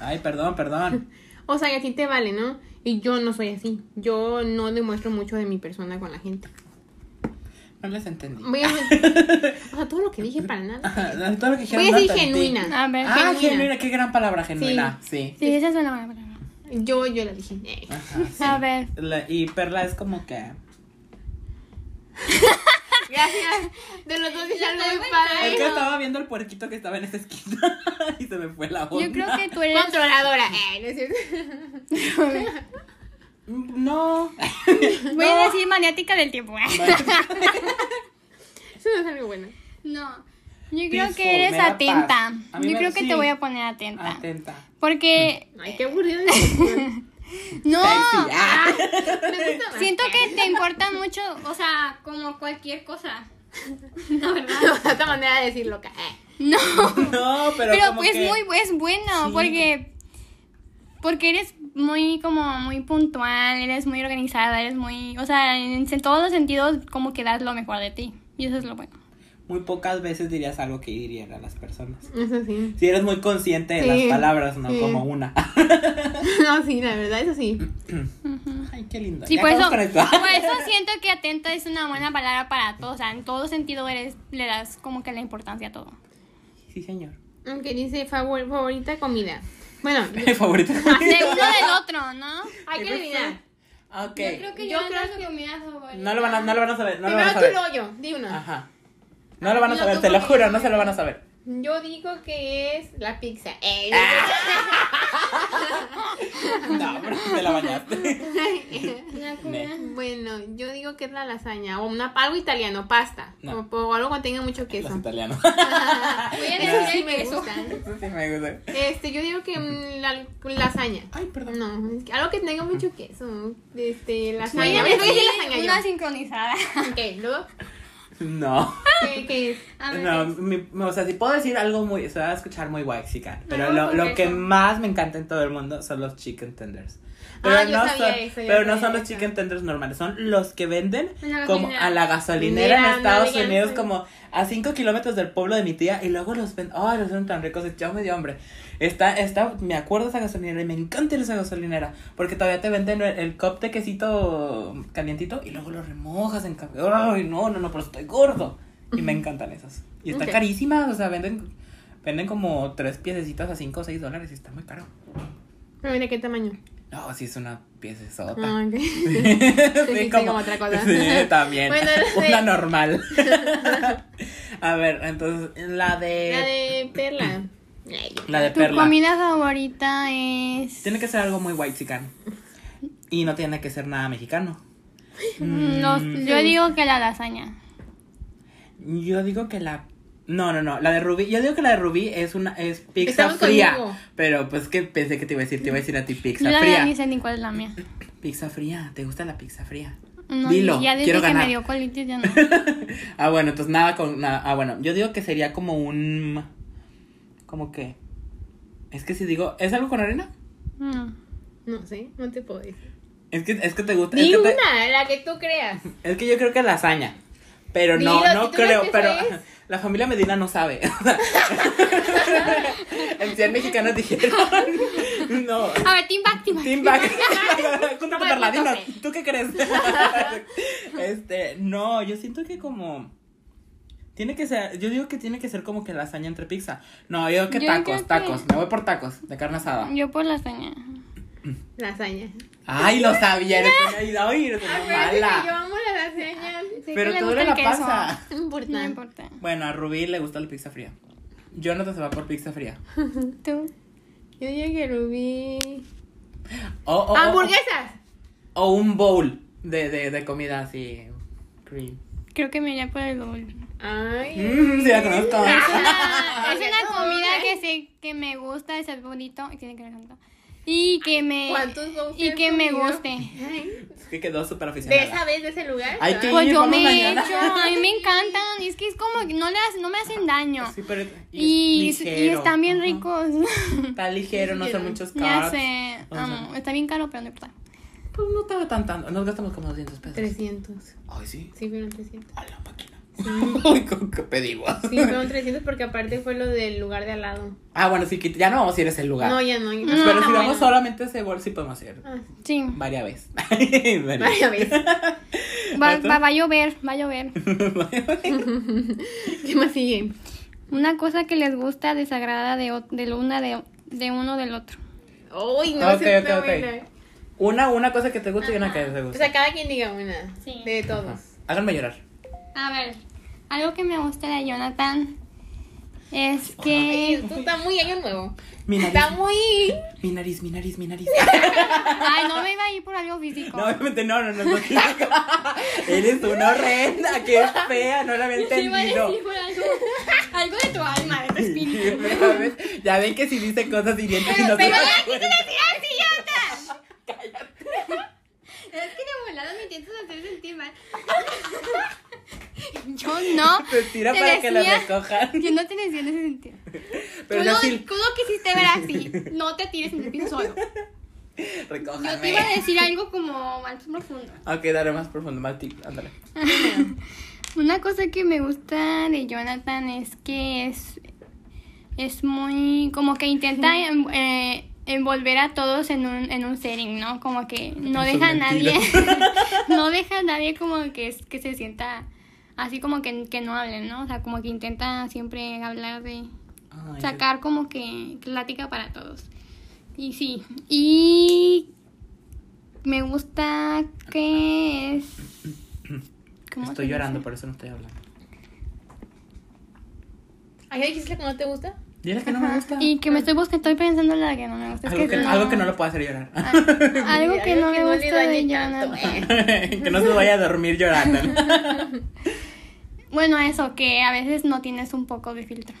Ay, perdón, perdón.
O sea, y a ti te vale, ¿no? Y yo no soy así. Yo no demuestro mucho de mi persona con la gente.
No les entendí.
Voy a- o sea, todo lo que dije para nada.
Ajá, todo lo que dijeron,
Voy a decir
no entendí.
genuina.
A ver,
Ah, genuina.
genuina.
qué gran palabra, genuina. Sí.
Sí, esa es una buena palabra.
Yo, yo la dije. Eh.
Ajá, sí.
A ver.
La- y Perla es como que.
Gracias. De los dos dije algo muy
Es
padre.
que estaba viendo el puerquito que estaba en esa esquina y se me fue la onda.
Yo creo que tú eres...
Controladora. Eh, no es cierto.
Mm, No.
Voy a decir maniática del tiempo.
Eso no es algo bueno.
No, yo creo
Peaceful,
que
me
eres
da
atenta.
paz. A mí
Yo
me-
creo que
sí. Ah,
te voy a poner atenta.
Atenta.
Porque,
Ay, qué aburrido.
no,
Mm. Sexy, ah.
siento que te importa mucho, o sea, como cualquier cosa.
Otra manera de decirlo. ca- eh.
No,
No, pero.
pero,
como
pues
que-
muy es bueno,
Sí.
porque porque eres muy como muy puntual, eres muy organizada, eres muy, o sea, en, en todos los sentidos como que das lo mejor de ti y eso es lo bueno.
Muy pocas veces dirías algo que hiriera a las personas.
Eso sí.
Si eres muy consciente de
Sí,
las palabras, no
sí.
como una.
No, sí, la verdad, eso sí.
Ay, qué lindo.
Sí,
Ya
por eso,
acabamos con esto.
por eso siento que atenta es una buena palabra para todos. O sea, en todo sentido eres, le das como que la importancia a todo.
Sí, señor.
Aunque dice favor, favorita comida. Bueno,
Favorito.
De uno del otro, ¿no?
hay que adivinar.
Ok.
que yo creo
que mi favorita.
No lo van a, no lo van a saber. No lo van a
Primero tú
saber.
lo yo, di una.
Ajá. No lo van a
No,
saber,
tú
te lo
porque-
juro, no se lo van a saber.
Yo digo que es la pizza. Eh,
No, pero te la bañaste. Ne.
Bueno, yo digo que es la lasaña o una, algo italiano, pasta.
No.
O, o algo que tenga mucho
Los
queso.
italianos.
Voy
a
Eso
decir
sí me
queso.
gusta.
Eso sí me gusta.
Este, yo digo que mm, la lasaña.
Ay, perdón.
No, es que algo que tenga mucho queso. Este,
Voy
lasaña.
a
A ver, voy a decir
decir
lasaña yo.
una sincronizada.
Ok, luego.
No.
¿Qué, qué es?
A ver,
pues.
No, mi- o sea, si puedo decir algo muy, se va a escuchar muy waxican, pero
No,
lo,
con
lo que
queso.
más me encanta en todo el mundo son los chicken tenders. Pero
Ah, yo
no
sabía
son,
eso, yo
pero no
sabía
son los
eso.
chicken tenders normales, son los que venden
En la
como
gasolinera.
a la gasolinera
Mira,
en Estados
no, ya
Unidos,
no sabía.
como a 5 kilómetros del pueblo de mi tía, y luego los venden. Ay, los son tan ricos, yo me dio hambre. Está, está, me acuerdo de esa gasolinera y me encanta ir a esa gasolinera, porque todavía te venden el, el cup de quesito calientito y luego lo remojas en café. Ay, no, no, no, pero estoy gordo. Y me encantan esas. Y están
Ok.
carísimas, o sea, venden, venden como tres piececitas a 5 o 6 dólares y está muy caro.
Pero mira qué tamaño.
No, sí es una piecesota.
Ah, ok.
sí,
sí, como otra cosa.
Sí, también.
Bueno, la de-
Una normal. a ver, entonces, la de.
La de Perla. Ay,
la de
tu
Perla.
comida favorita es
Tiene que ser algo muy white chican. Y no tiene que ser nada mexicano.
Mm, los- yo digo que la lasaña.
Mm, Yo digo que la. No, no, no. La de Rubí. Yo digo que la de Rubí es una. Es pizza
Estamos
fría.
conmigo.
Pero pues que pensé que te iba a decir. Te iba a decir a ti pizza
Yo la verdad ni
fría.
sé ni cuál es la mía.
Pizza fría. ¿Te gusta la pizza fría?
No,
Dilo,
ya desde
quiero
que
ganar.
me dio colitis ya no.
Ah, bueno, entonces nada con nada. Ah, bueno, yo digo que sería como un. ¿Cómo que? Es que si digo. ¿Es algo con arena?
Mm.
No sé, no te puedo decir.
Es que, es que te gusta. Es
Di
que,
una,
te-
la que tú creas.
es que yo creo que lasaña. Pero no,
Dilo,
no
si tú crees
creo.
que
Pero
eso es.
la familia Medina no sabe. El 100 mexicanos dijeron. No.
A ver, Team Back, Team Back.
Team Back. Junto con
Bueno,
Perladino.
tope.
¿Tú qué crees? este, no, yo siento que como. Tiene que ser, yo digo que tiene que ser como que lasaña entre pizza. No, yo digo que
Yo creo
tacos,
que-
tacos. Me voy por tacos de carne asada.
Yo por lasaña.
Lasaña.
Ay, lo sabía. Eres una, ay, eres una
Acuérdate que yo
Ah, mala.
amo la lasaña.
Sí
Pero
que le
todo era
gusta el
la
queso.
pasa.
No importa.
No importa.
Bueno, a Rubí le gusta la pizza fría. Jonathan se va por pizza fría.
¿Tú?
Yo dije que Rubí.
O, o- o-
¡Hamburguesas!
o un bowl de, de, de comida así. Cream.
Creo que me iría por el bowl.
Ay.
Mmm, sí la conozco.
Es una, es
Ya
una
todo,
comida
¿eh?
que sé que me gusta, es bonito y tiene que ver con todo. Y que me
¿Cuántos bowls
y
has
que me
comido?
guste.
Ay,
Es que quedó súper
De
aficionada.
esa vez, de ese lugar. Ah,
Ay, qué-
Pues yo
vamos
me he
mañana.
hecho, a mí me encantan, es que es como que no le hace- no me hacen daño.
Sí, pero
Y,
es
y
ligero.
están bien
Ajá.
ricos.
Está ligero, no son muchos
ya
carbs.
sé.
O sea.
amo. Está bien caro, pero no importa.
Pues no estaba tan tanto. Nos gastamos como 200 pesos.
300.
Ay, sí.
Sí, fueron 300.
A la máquina. Uy, ¿con qué pedimos?
Sí, fueron 300 porque aparte fue lo del lugar de al lado.
Ah, bueno, sí, que ya no vamos a ir a ese lugar. Pues,
No, ya no. ya no.
Pero
Está
si vamos
bueno.
solamente a ese bol, sí podemos ir.
Ah,
Sí.
Varias veces. Varias
Varias veces.
Va,
¿Esto?
va- va a llover, va a llover.
¿Qué más sigue?
Una cosa que les gusta desagrada de, ot- de una de, de uno del otro.
Uy, no
Ok,
sé
ok, ok. Una, una cosa que te gusta y una que no te
O
gusta.
sea, cada quien diga una.
Sí.
De todos.
Ajá. Háganme llorar.
A ver, algo que me gusta de Jonathan es
Ay,
que.
Eh, esto está muy año nuevo.
Mi nariz,
Está muy.
mi nariz, mi nariz, mi nariz.
Ay, no me iba a ir por algo físico.
No, obviamente no, no, no. no. Eres una horrenda, que fea, no la había
Te iba a
entendido.
decir por algo, algo de tu alma, de tu espíritu.
Ya ves, Ya ven que si dice cosas hirientes y no se
Pero
da
ya quise
cuenta.
decir así, Jonathan. Es que de volada me intentas hacer sentir mal. Yo no.
Te tira
Te
para que lo
decía-
recojan.
Yo no te decía en ese sentido.
Pero
tú,
no,
lo,
sí,
tú lo quisiste ver así. No te tires en el piso solo. Yo te
recójame.
iba a decir algo como más profundo.
Ok, daré más profundo, más tip, ándale.
Una cosa que me gusta de Jonathan es que es, es muy, como que intenta em- eh, envolver a todos en un, en un setting, ¿no? Como que no
Son
deja a nadie,
mentiras.
no deja a nadie como que, es- que se sienta así como que, que no hablen, ¿no? O sea, como que intenta siempre hablar de,
Ay,
sacar como que plática para todos. Y sí, y me gusta que es... ¿cómo se
Estoy
dice?
llorando, por eso no estoy hablando.
¿Hay dijiste que no te gusta?
Dile que no me gusta.
Y que me estoy buscando, estoy pensando en la que no me gusta. Es
Algo que,
no,
algo que no lo pueda hacer llorar.
Ah, algo que no me
le
gusta de
dañe tanto,
Jonathan.
eh.
que no se vaya a dormir llorando.
Bueno, eso, que a veces no tienes un poco de filtro.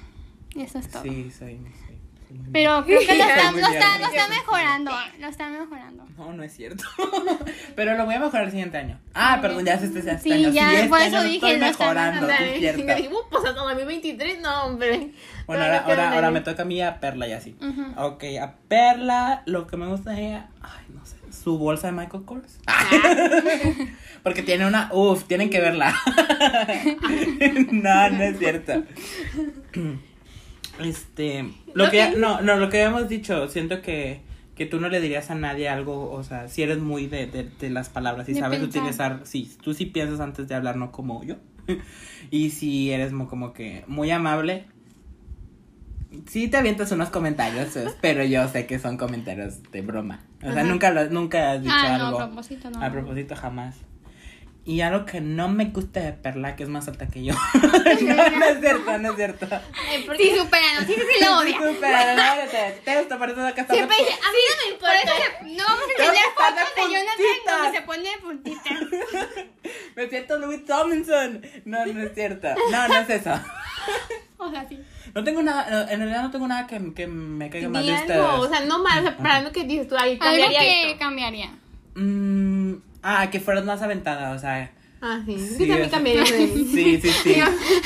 Eso es todo.
sí, soy, soy- soy muy
Pero creo que lo
Está
está,
muy
lo está-
bien.
lo está mejorando. Lo está mejorando.
No, no es cierto. Pero lo voy a mejorar el siguiente año. Ah, perdón, ya es este, este
Sí,
año.
ya,
este
por
año
eso
lo
dije,
estoy
no estamos
mejorando, sí,
Ándale.
es
Y
cierto.
dijimos, pues hasta 2023, no, hombre.
Bueno,
No,
ahora,
no queda
ahora, ahora
nadie.
me toca a mí y a Perla y así.
Ujú.
Ok, a Perla, lo que me gusta de ella, ay, no sé, su bolsa de Michael Kors.
Ah.
Porque tiene una, uff, tienen que verla. no, no es cierto. Este, lo
No
que,
tengo-
no, no, lo que habíamos dicho, siento que, que tú no le dirías a nadie algo, o sea, si eres muy de, de, de las palabras y
De
sabes
pensar.
utilizar, sí, tú sí piensas antes de hablar, no como yo. y si eres mo- como que muy amable, Sí te avientas unos comentarios, pues, pero yo sé que son comentarios de broma. O sea,
Ajá.
nunca, lo- nunca has dicho
Ah, no,
algo.
a propósito, no.
A propósito, jamás. Y algo que no me gusta de Perla, que es más alta que yo. no, no es cierto, no es cierto.
Ay, porque
Sí, supéralo, sí, sí, sí lo odia.
Tú, Perla, no, te detesto, por eso acá estás
Siempre dije, a mí no me importa.
Por eso
no vamos a
Tengo
tener
que estar de
fotos de Jonathan
puntitas.
donde se pone de puntitas.
de- Me No es cierto, Louis Tomlinson. No, no es cierto. No, no es eso.
O sea, sí.
No tengo nada, en realidad no tengo nada que, que me caiga mal
Di
de
algo, o
ustedes.
sea, no mal, o sea, para algo que dices tú, ahí
Algo
cambiaría
que
esto.
cambiaría.
Mm, ah, que fueras más aventada, o sea.
Ah, sí, es
Sí,
que
o sea,
también cambiaría eso de mí.
Sí, sí, sí.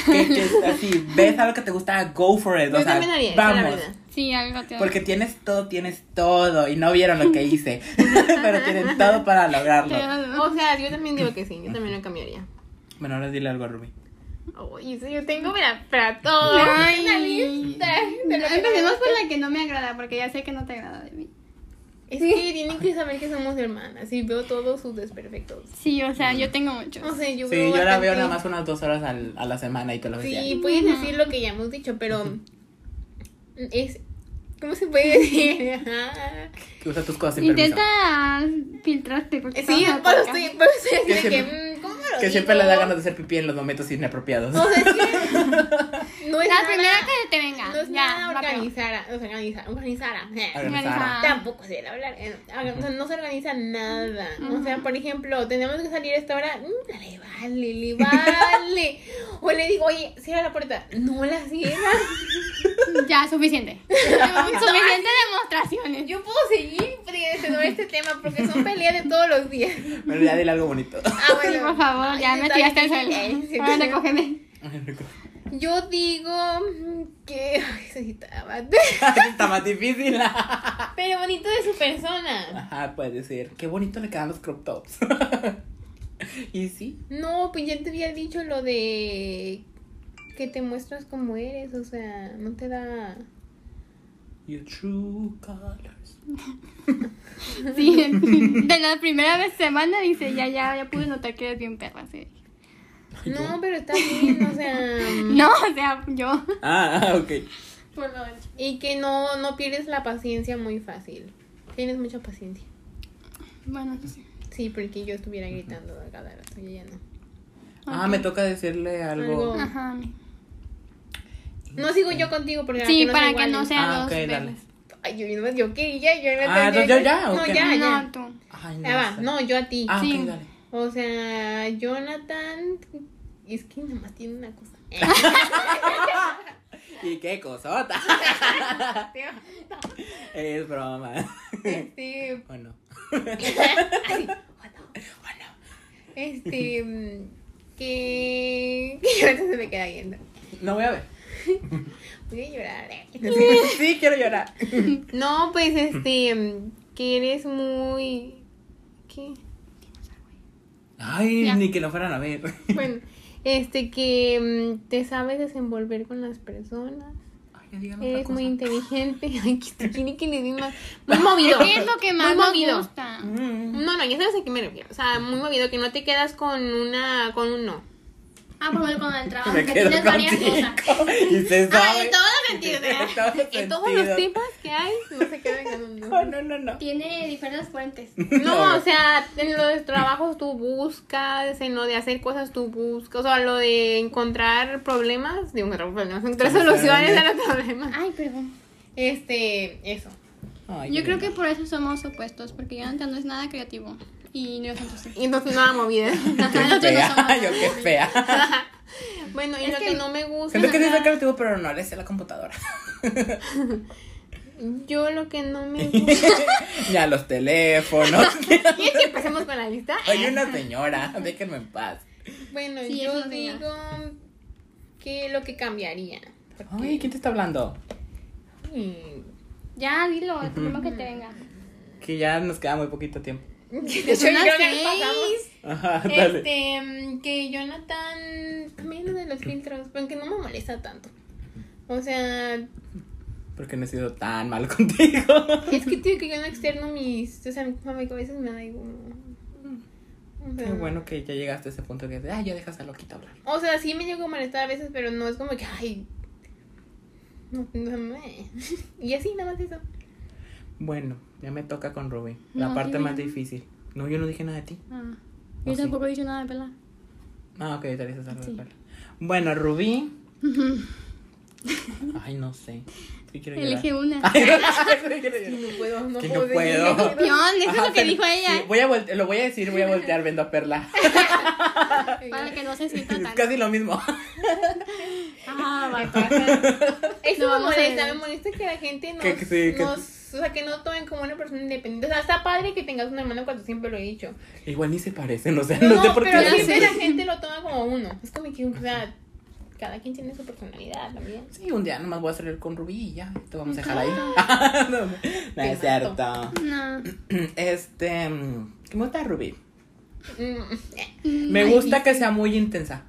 que, que así, ves algo que te gusta, go for it. O
Yo
sea,
también haría eso, la
vamos.
verdad.
Sí, algo te
Porque tienes todo, tienes todo. Y no vieron lo que hice. Pero tienen todo para lograrlo.
O sea, yo también digo que sí, yo también lo cambiaría.
Bueno, ahora dile algo a Ruby.
Oye, sí, yo tengo mira, para todo.
Ay.
Una lista de lo que
Empecemos por la que no me agrada, porque ya sé que no te agrada de mí.
Es que tienen que saber que somos hermanas y veo todos sus desperfectos.
Sí, o sea, yo tengo muchos.
No sé, yo
Sí, yo
veo
la veo
bastante-
nada más unas dos horas al- a la semana y te lo decía.
Sí, puedes decir lo que ya hemos dicho, pero es ¿cómo se puede decir? Ajá.
Que usa tus cosas sin permiso.
Intenta filtrarte porque
Sí,
estamos
pero
acá.
estoy, pero estoy
Que
así de que,
siempre-
mm, ¿cómo me lo
Que
digo?
siempre le da ganas de hacer pipí en los momentos inapropiados.
O sea, es que no es
La
nada,
primera que te venga.
no es
ya,
nada
va peor.
organizara, o sea, organizar, organizara.
Organizar.
Organizada.
Tampoco se le hablar. eh, o sea, no se organiza nada. O sea, por ejemplo, tenemos que salir a esta hora. mm, le vale, le vale. O le digo, oye, cierra la puerta. No la cierra.
Ya, suficiente. suficiente demostraciones.
Yo puedo seguir sobre este tema porque son peleas de todos los días.
Pero ya dile algo bonito.
Ah,
Sí, por favor,
Ay,
ya
sí,
me
está
tiraste
difícil,
al suelo.
eh, sí,
Ahora
sí.
recógeme.
Yo digo mm, que. Ay, se citaba.
Está más difícil.
Pero bonito de su persona.
Ajá, puede ser. Qué bonito le quedan los crop tops. y sí.
No, pues ya te había dicho lo de que te muestras como eres, o sea, no te da.
Your true colors.
Sí, de la primera vez semana dice, ya, ya, ya pude notar que eres bien perra, sí.
No, pero está bien, o sea. Mm.
No, o sea, yo.
Ah, ah, ok.
Y que no, no pierdes la paciencia muy fácil. Tienes mucha paciencia.
Bueno, eso sí.
Sí, porque yo estuviera gritando a cada rato, yo ya no.
Ah, me toca decirle algo.
Algo.
Ajá.
No sigo yo contigo porque
Sí,
no
para
sea
que no
igual.
sea
Ah,
dos
ok, dale.
veces.
Ay, yo, yo, yo quería, yo no
Ah,
tenía
¿tú ya,
que-
ya, o
No,
qué?
ya,
No,
ya.
tú.
Ay,
Ya va,
sé.
no, yo a ti.
Ah, ok,
Sí.
dale.
O sea, Jonathan. Es que nada más tiene una cosa.
Y qué cosota. es broma.
Este,
Bueno.
Ay, bueno,
Bueno.
este, mm, que, que ahorita se me queda yendo.
No voy a ver.
Voy a llorar. eh.
sí, quiero llorar.
No, pues este, mm, que eres muy, ¿qué?
Ay,
Ya.
ni que lo fueran a
Pues,
ver.
Bueno, este, que mm, te sabes desenvolver con las personas.
Ay, ya digan otra
Eres
cosa.
muy inteligente. Ay, que tiene que le di más. Muy movido.
¿Qué es lo que más
Muy
me
movido.
gusta?
Mm.
No, no, ya sabes a qué me refiero. O sea, muy movido, que no te quedas con una, con un no.
Ah, por ejemplo, con el trabajo,
Me
que
quedo
tienes varias
contigo.
cosas.
Y se
Ah,
sabe.
en todos los sentidos. ¿eh?
En todos los
En todos los
sentidos.
temas que hay, no se quedan con un
No,
no.
no, no, no.
Tiene diferentes fuentes.
No, o sea, en lo de trabajos tú buscas, en lo de hacer cosas tú buscas, o sea, lo de encontrar problemas, digo, encontrar problemas, encontrar
Soluciones.
soluciones a los problemas.
Ay, perdón.
Este, eso.
Ay,
Yo
qué
creo que
lindo.
por eso somos opuestos, porque Jonathan no es nada creativo. Y Jonathan sí.
Y entonces nada movida.
Nosotros
Qué
no
fea.
somos
Yo qué fea.
bueno, y
Es
lo que,
que-
no me gusta.
Siento que sí soy creativo, pero no le sé la computadora.
Yo lo que no me gusta.
Ni a los teléfonos.
¿Quieres que empecemos con la lista?
Hay una señora. Déjenme en paz.
Bueno,
Sí,
yo
eso sí, ya.
digo que lo que cambiaría. porque-
Ay, ¿quién te está hablando?
Mm.
Ya, dilo, el problema que te venga.
Que ya nos queda muy poquito tiempo.
De hecho,
Son
yo
las
creo que nos pasamos.
seis.
Ajá, dale.
Este, mm, que Jonathan también lo de los filtros, aunque no me molesta tanto. O sea, es
Porque no he sido tan mal contigo.
que tío que yo no externo mis, o sea, como que a veces me da igual. O sea,
Qué bueno que ya llegaste a ese punto que, ah, ya dejas a Loquita hablar.
O sea, sí me llego a molestar a veces, pero no es como que, ay, no, no me. Y así, nada más eso.
Bueno, ya me toca con Rubén. La
No,
parte
dime
más
ya.
difícil. No, yo no dije nada de ti.
Ah,
Oh,
yo
sí.
tampoco he dicho nada, ¿verdad?
Ah, ok, ahorita le dices algo de
Sí.
Paula. Bueno, Rubí. Ay, no sé. Sí, quiero llorar.
Elige una.
Sí, quiero llorar.
No puedo, no
Que no
puedo.
puedo.
Campeón, eso es
Ajá,
lo que
Ah, pero-
dijo ella.
sí, voy a volte- lo voy a decir, voy a voltear vendo a Perla.
Para que no se sienta
Es
tan.
casi lo mismo.
Ah, va,
Eso me
No, vamos a
molesta,
ver.
me molesta que la gente nos,
Que- que sí, que-
nos- o sea, que no tomen como una persona independiente. O sea, está padre que tengas un hermano cuando siempre lo he dicho.
Igual ni se parecen, o sea,
No,
no, sé por
pero
qué.
ya
siempre
sé.
la gente lo toma como uno. Es como que, o sea, cada quien tiene su personalidad también.
Sí, un día nomás voy a salir con Rubí y ya, te vamos a dejar ahí. no, no es cierto.
No. pues,
Este, mm, ¿qué me gusta de Rubí?
Mm.
Me
Ay,
gusta que sea muy intensa.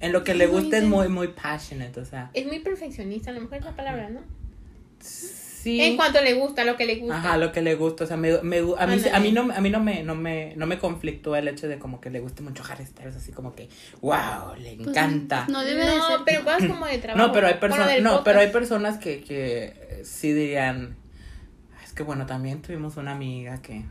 En lo que le
Muy
gusta es muy, muy passionate, o sea.
Es muy perfeccionista, a lo mejor es la palabra, ¿no?
Sí.
En cuanto le gusta, lo que le gusta.
Ajá, lo que le gusta, o sea, me, me- a, mí,
Ándale.
a mí, no, a mí no, me, no, me, no me conflictúa el hecho de como que le guste mucho Harry Styles, así como que, wow, le
pues,
encanta.
No debe de
no,
ser.
pero cosas como de trabajo.
No, pero hay
Con lo
personas,
del
no,
podcast.
pero hay personas que, que eh, sí dirían, es que bueno, también tuvimos una amiga que...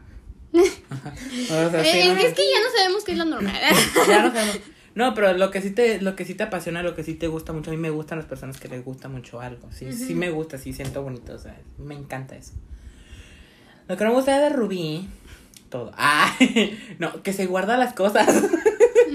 O sea, sí,
Eh,
no sé.
es que ya no sabemos qué es lo normal.
Ya no sabemos. No, pero lo que sí te, lo que sí te apasiona, lo que sí te gusta mucho, a mí me gustan las personas que les gusta mucho algo. Sí, sí me gusta, sí siento bonito, o sea, me encanta eso. Lo que no me gusta de Rubí, todo. Ah, no, que se guarda las cosas.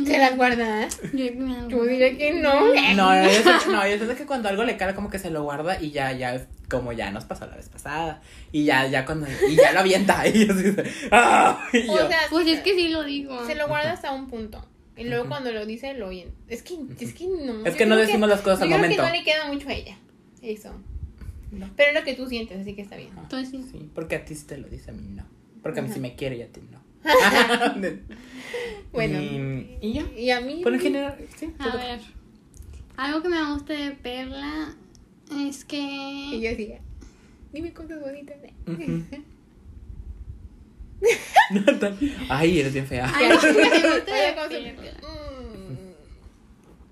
¿Te las guardas? Yo diré que no.
No, no, yo sé, no, yo sé que cuando algo le cae como que se lo guarda y ya, ya, como ya nos pasó la vez pasada. Y ya, ya cuando, y ya lo avienta. Y yo así de, "Ah", y
O
yo,
sea,
Pues es que sí lo digo.
se lo guarda hasta un punto. Y luego cuando lo dice, lo oyen. Es que, es que no.
Es
yo
que no
creo
decimos las cosas
yo
al
creo
momento.
que no le queda mucho a ella. Eso. Pero es lo que tú sientes, así que está bien.
Entonces, sí.
Sí, porque a ti sí te lo dice, a mí no. Porque a mí sí me quiere y a ti no.
Bueno.
Y, y ya.
Y a mí.
Por lo general, sí.
A ver. Algo que me gusta de Perla es que.
Y yo decía, dime cosas bonitas.
Ujú. Ay, eres bien fea.
Algo que me gusta
Oye,
de
¿cómo se-
Perla.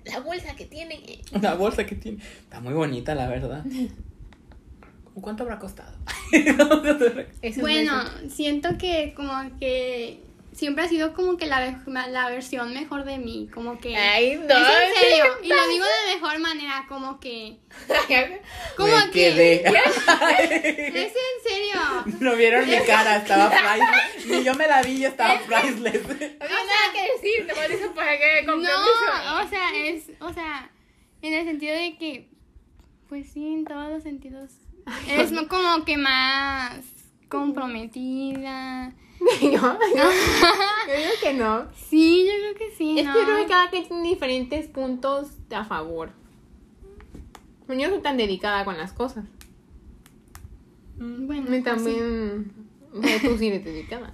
Mm, La bolsa que tiene.
La bolsa que tiene. Está muy bonita, la verdad. ¿Cómo ¿Cuánto habrá costado?
Eso es
Bueno,
eso.
siento que como que siempre ha sido como que la, ve- la versión mejor de mí, como que...
Ay, no.
es en serio, y lo digo de mejor manera, como que... Como
Me quedé.
que... Es en serio.
No vieron mi cara, estaba priceless. Ni yo me la vi, yo estaba priceless.
No tengo nada que decir, nomás eso eh. para que con permiso.
No, o sea, es, o sea, en el sentido de que, pues sí, en todos los sentidos. Es no como que más comprometida.
No, yo digo que no.
Sí, yo creo que sí,
Es
¿no?
que yo creo que cada quien tiene diferentes puntos a favor. Yo no soy tan delicada con las cosas.
Bueno,
Ni
pues, sí.
también. o sea, Tú sí eres delicada.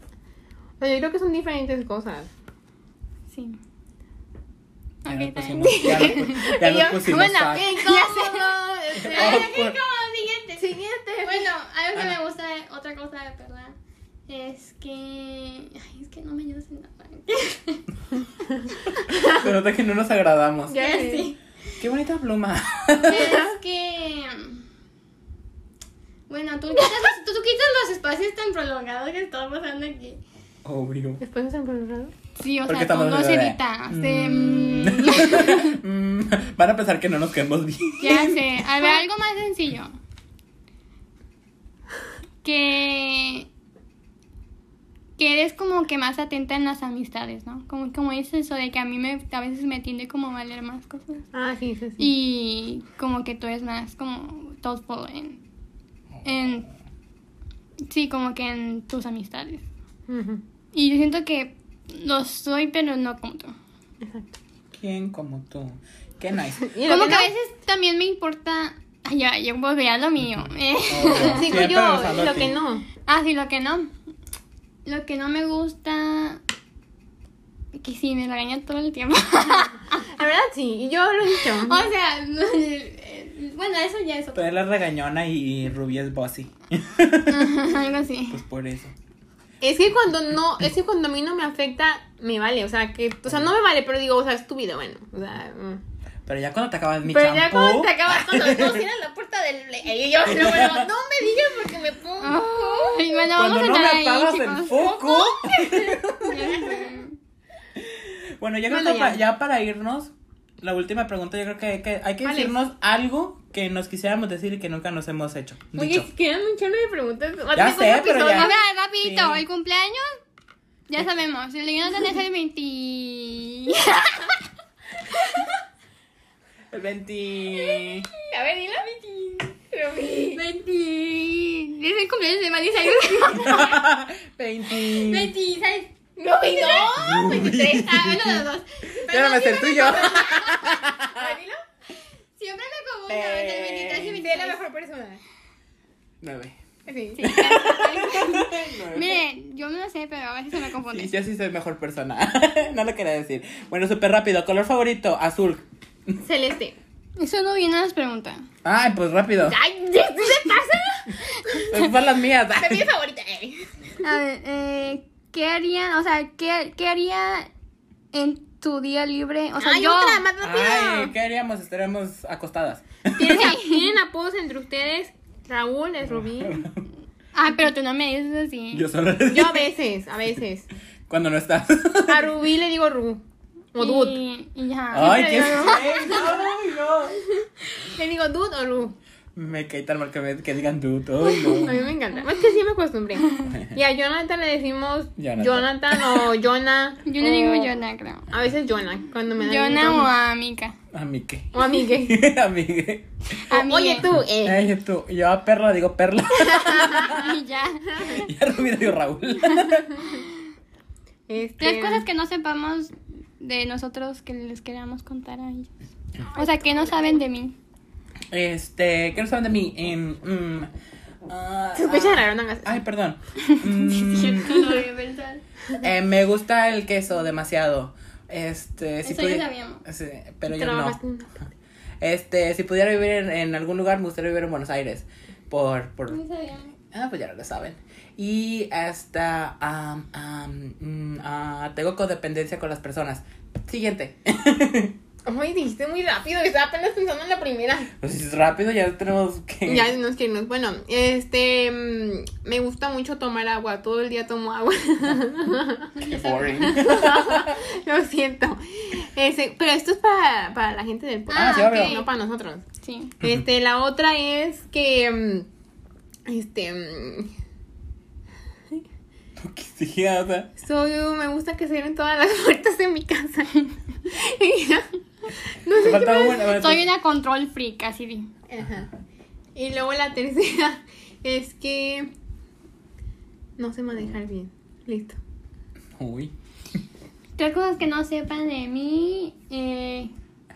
O sea, yo creo que son diferentes cosas.
Sí.
Ya
Ok,
nos
está
pusimos, ya nos pu- ya nos
Yo-
pusimos sad.
Ya sé.
Awkward.
este. siguiente.
Siguiente.
Bueno, algo que
Ana.
me gusta, de- otra cosa de Perla, es que... Ay, es que no me ayudas en nada.
Se nota que no nos agradamos.
Ya sé.
Sí.
Qué bonita pluma.
es que... Bueno, tú quitas, los, tú quitas los espacios tan prolongados que está pasando aquí.
Obvio.
Después de San Bernardo.
Sí, o
Porque
sea, tú
estamos
los
de-
editas. de-
Mm. Mm, Van a pensar que no nos quedamos bien.
Ya sé, a ver, algo más sencillo. Que. Que eres como que más atenta en las amistades, ¿no? Como, como es eso de que a mí me, a veces me tiende como a valer más cosas.
Ah, sí, sí, sí.
Y como que tú eres más como thoughtful en, en. Sí, como que en tus amistades.
Ujú.
Y yo siento que lo soy, pero no como tú.
Exacto.
¿Quién como tú? Qué nice.
Y lo
Como
que
que a
no-
veces también me importa. Ay, ya, yo volví a lo mío. eh.
Oh. Sigo
Siempre
pues yo,
rezando
y
a
lo
ti.
que no.
Ah, sí, lo que no. Lo que no me gusta. Que sí, me regaña todo el tiempo.
La verdad sí, y yo lo he dicho.
o sea, bueno, eso ya es
Tú
otro.
eres la regañona y Rubí es bossy.
Algo así.
Pues por eso.
Es que cuando no, es que cuando a mí no me afecta, me vale. O sea, que, o sea, no me vale, pero digo, o sea, es tu vida, bueno. O sea, mm.
Pero ya cuando te acabas mi
pero
champú.
ya cuando te acabas cuando no cierran la puerta del. Y yo, pero bueno, no me digas porque me pongo.
Ay, bueno, vamos
Cuando
a
no
estar
me
ahí,
apagas el
chicos.
foco.
Ya sé.
Bueno, ya creo
Bueno,
que
ya.
pa- ya para irnos, la última pregunta, yo creo que hay que, hay que
¿Cuál es?
decirnos algo que nos quisiéramos decir y que nunca nos hemos hecho.
Oye,
Dicho.
si quedan un chorro de preguntas. Va a
Ya
tener como
sé, pero
episodio.
ya.
A ver, rapidito,
Sí.
el cumpleaños. Ya sabemos, el de Jonathan es el 20.
El 20.
A ver, dilo. Pero mi-
20. Es el cumpleaños de Marisa. Ayuda.
20.
26.
No, no. 23.
Ah, bueno, los dos.
Ya no me sé el tuyo.
A ver, dilo.
Siempre me confundo entre el 23 y el
Sé la
23.
mejor persona.
9.
Sí.
Sí,
Eh.
claro. Miren, yo me lo sé, pero a veces se me confunde.
Sí, yo sí soy mejor persona. no lo quería decir. Bueno, súper rápido. Color favorito, azul.
Celeste.
Eso no viene a las preguntas.
Ay, pues rápido.
Ay, ¿qué te pasa?
Pues son las mías.
Es mi favorita. eh.
A ver, eh, ¿qué harían? O sea, ¿qué, qué haría en tu día libre? O sea,
Ay,
yo.
otra, más
Ay,
rápido.
¿qué haríamos? Estaríamos acostadas.
¿Tienen, tienen apodos entre ustedes? Raúl es Rubín.
Ah, pero tú no me dices así.
Yo solo.
Yo a veces, a veces.
Cuando no estás.
A Rubí le digo Ru. O Dud.
Y, y ya.
Ay, qué.
Siempre
feo. Ay, no.
Le digo Dud o Ru.
Me caí tan mal que, me, que digan tú. Ay, no.
A mí me encanta. Es que sí me acostumbré. Y a Jonathan le decimos
Jonathan.
Jonathan, o Jonah.
Yo le digo Yona, creo.
A veces Jonah, cuando me da
Yona o a Mika.
A mí qué.
o amigue.
A mí qué.
Amigue.
Oye tú, eh.
Ay, tú. Yo a perla digo perla.
Y ya.
y a Rubí le digo Raúl.
Este,
Tres cosas que no sepamos de nosotros que les queramos contar a ellos. O sea, que no saben de mí.
Este, ¿qué no saben de mí? Em, mm, ah,
Se escucha
ah,
raro, no hagas.
Ay, perdón. Mm, eh, me gusta el queso demasiado. Este, si
Eso ya
pudi-
sabíamos.
Sí, pero yo
Trabajaste
no.
en-
Este, si pudiera vivir en, en algún lugar, me gustaría vivir en Buenos Aires. Por, por, Ah, pues ya lo saben. Y hasta am, am, mm, ah, tengo codependencia con las personas. Siguiente.
Ay, dijiste muy rápido. Estaba apenas pensando en la primera.
Pues es rápido, ya tenemos que.
Ya nos queremos. Bueno, este. mm, Me gusta mucho tomar agua. Todo el día tomo agua.
Qué boring.
Lo siento. Ese- pero esto es para, para la gente del pueblo.
Ah, sí, obvio.
No para nosotros.
Sí.
Este, la otra es que. mm, Este. mm,
Sí, o sea,
Soy, me gusta que cierren todas las puertas de mi casa. Y ya. no
te
sé qué
falta
más.
una, bueno, pues
Soy una control freak, así di.
Ajá. Y luego la tercera es que no sé manejar bien. Listo.
Uy,
Tres cosas que no sepan de mí. Eh,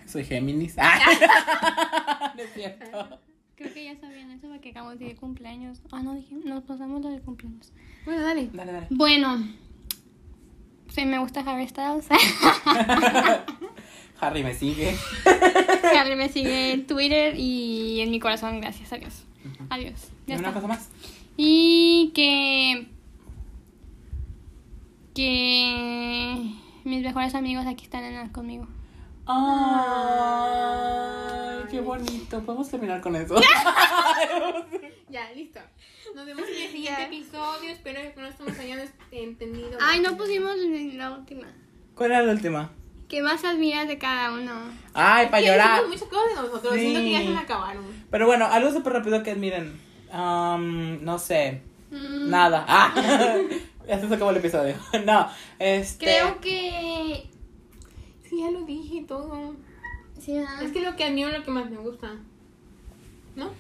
soy Géminis. Ah. No es cierto.
creo que ya sabían eso porque acabamos de ir cumpleaños. Ah, no, dije, nos pasamos lo de cumpleaños.
Bueno, dale.
Dale, dale.
Bueno, sí, me gusta Harry Styles.
Harry me sigue.
Harry me sigue en Twitter y en mi corazón, gracias a Dios. Adiós. Ya
¿Y una
está.
cosa más?
Y que. Que. Mis mejores amigos aquí están en- conmigo.
Ay, qué bonito. Podemos terminar con eso.
Ya, listo. Nos vemos en el siguiente episodio. Espero que no nos hayan es- entendido.
Ay, no pues pusimos la última.
¿Cuál era la última?
¿Qué más admiras de cada uno?
Ay, para
Que
llorar.
decimos muchas cosas de nosotros.
Sí.
Siento que ya se me acabaron.
Pero bueno, algo súper rápido que miren. am, no sé. Nada. Ah. ya se acabó el episodio. No. Este.
Creo que.
Sí, ya lo dije y todo.
Sí, ¿verdad?
Es que lo que admiro es lo que más me gusta. ¿No?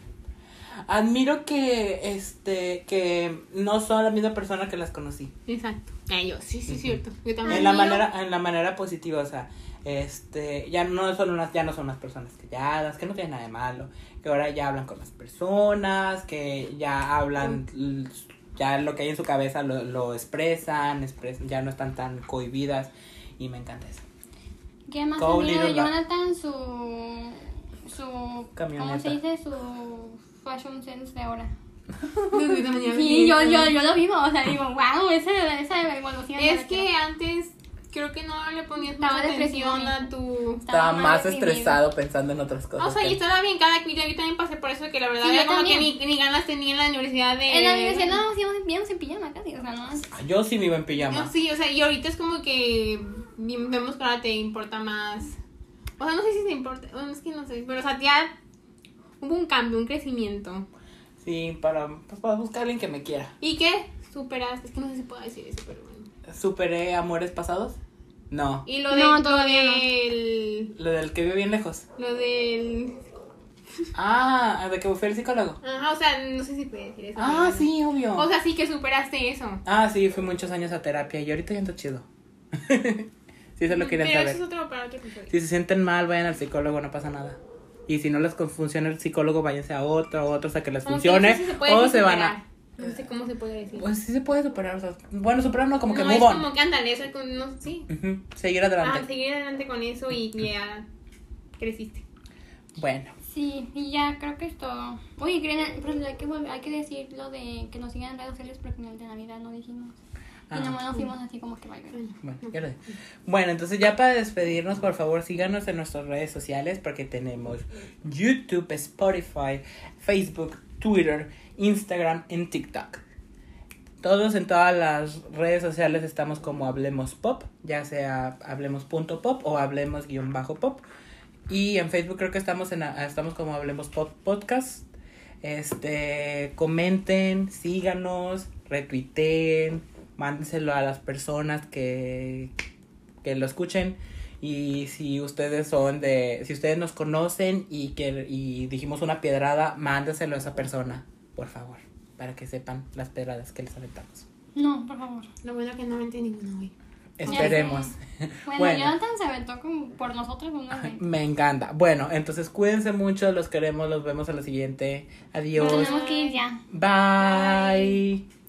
Admiro que este. que no son la misma persona que las conocí.
Exacto. Ah, Ay, yo, sí, sí, cierto. Yo también.
En la
Admiro-
manera, en la manera positiva, o sea, este, ya no son unas, ya no son unas personas calladas, que no tienen nada de malo, que ahora ya hablan con las personas, que ya hablan, l- ya lo que hay en su cabeza lo, lo expresan, expresan, ya no están tan cohibidas y me encanta eso.
¿Qué más
Go
admiro de
Little Rat.
Jonathan? Su. Su. ¿Cómo
Camioneta.
se dice? Su. Fashion sense de ahora.
Yo también.
Sí, yo, yo, yo lo mismo. O sea, digo, wow, esa, esa evolución.
Es que antes creo que no le ponías
Estaba
mucha atención
depresivo.
a tu...
Estaba más estresado pensando en otras cosas.
O sea,
que-
y estaba bien cada quien, yo también pasé por eso que la verdad
Sí, yo
era como que
también.
ni, ni ganas tenía en la universidad de...
En la universidad no nos íbamos, íbamos en pijama casi, o sea, no.
Ah, Yo sí me iba en
No,
pijama.
sí, o sea, y ahorita es como que ni- vemos que ahora te importa más. O sea, no sé si te importa, bueno, es que no sé, pero o sea, ya hubo un cambio, un crecimiento.
Sí, para, pues, para buscar a alguien que me quiera.
¿Y qué? Superaste, es que no sé si puedo decir eso, pero bueno.
¿Superé amores pasados? No.
Y lo, de,
No,
lo
todavía no.
del.
Lo del que vive bien lejos.
Lo del.
Ah, de que fue el psicólogo.
Ajá, o sea, no sé si puede decir eso.
Ah,
pero-
sí, obvio.
O sea, sí que superaste eso.
Ah, sí, fui muchos años a terapia y ahorita ya ando chido. si eso lo quieren
pero
saber.
eso es otro para otro episodio.
Si se sienten mal, vayan al psicólogo, no pasa nada. Y si no les con- funciona el psicólogo, váyanse a otro, a otro, hasta que les
Como que
funcione.
no sé si
o
puede
se van
superar.
a...
No sé cómo se puede decir.
Pues sí se puede superar, o sea, bueno, superar no, como que
no,
move
es
on.
como que ándale, eso es como- no, sí.
Ujú, Seguir
Ah,
adelante.
seguir adelante con eso y ya creciste.
Bueno,
Sí, y ya creo que es todo. Oye, Grena, por ejemplo, hay que, volver- hay que decir lo de que nos sigan en redes sociales, pero que en el de Navidad no dijimos.
Ah.
Y nomás nos fuimos así como que vaya.
bueno, ya lo dije. Bueno, entonces ya para despedirnos, por favor, síganos en nuestras redes sociales porque tenemos YouTube, Spotify, Facebook, Twitter, Instagram y TikTok. Todos en todas las redes sociales estamos como Hablemos Pop, ya sea hablemos.pop o hablemos-pop. Y en Facebook creo que estamos en estamos como Hablemos Pop Podcast. Este, comenten, síganos, retuiteen, mándenselo a las personas que, que lo escuchen. Y si ustedes son de, si ustedes nos conocen y que y dijimos una piedrada, mándenselo a esa persona, por favor, para que sepan las piedradas que les aventamos.
No, por favor.
Lo bueno que no aventé ninguno hoy.
Esperemos.
Bueno,
Bueno.
Jonathan se aventó como por nosotros una vez.
Me encanta. Bueno, entonces cuídense mucho, los queremos, los vemos a la siguiente.
Nos
Adiós.
tenemos que ir ya.
Bye.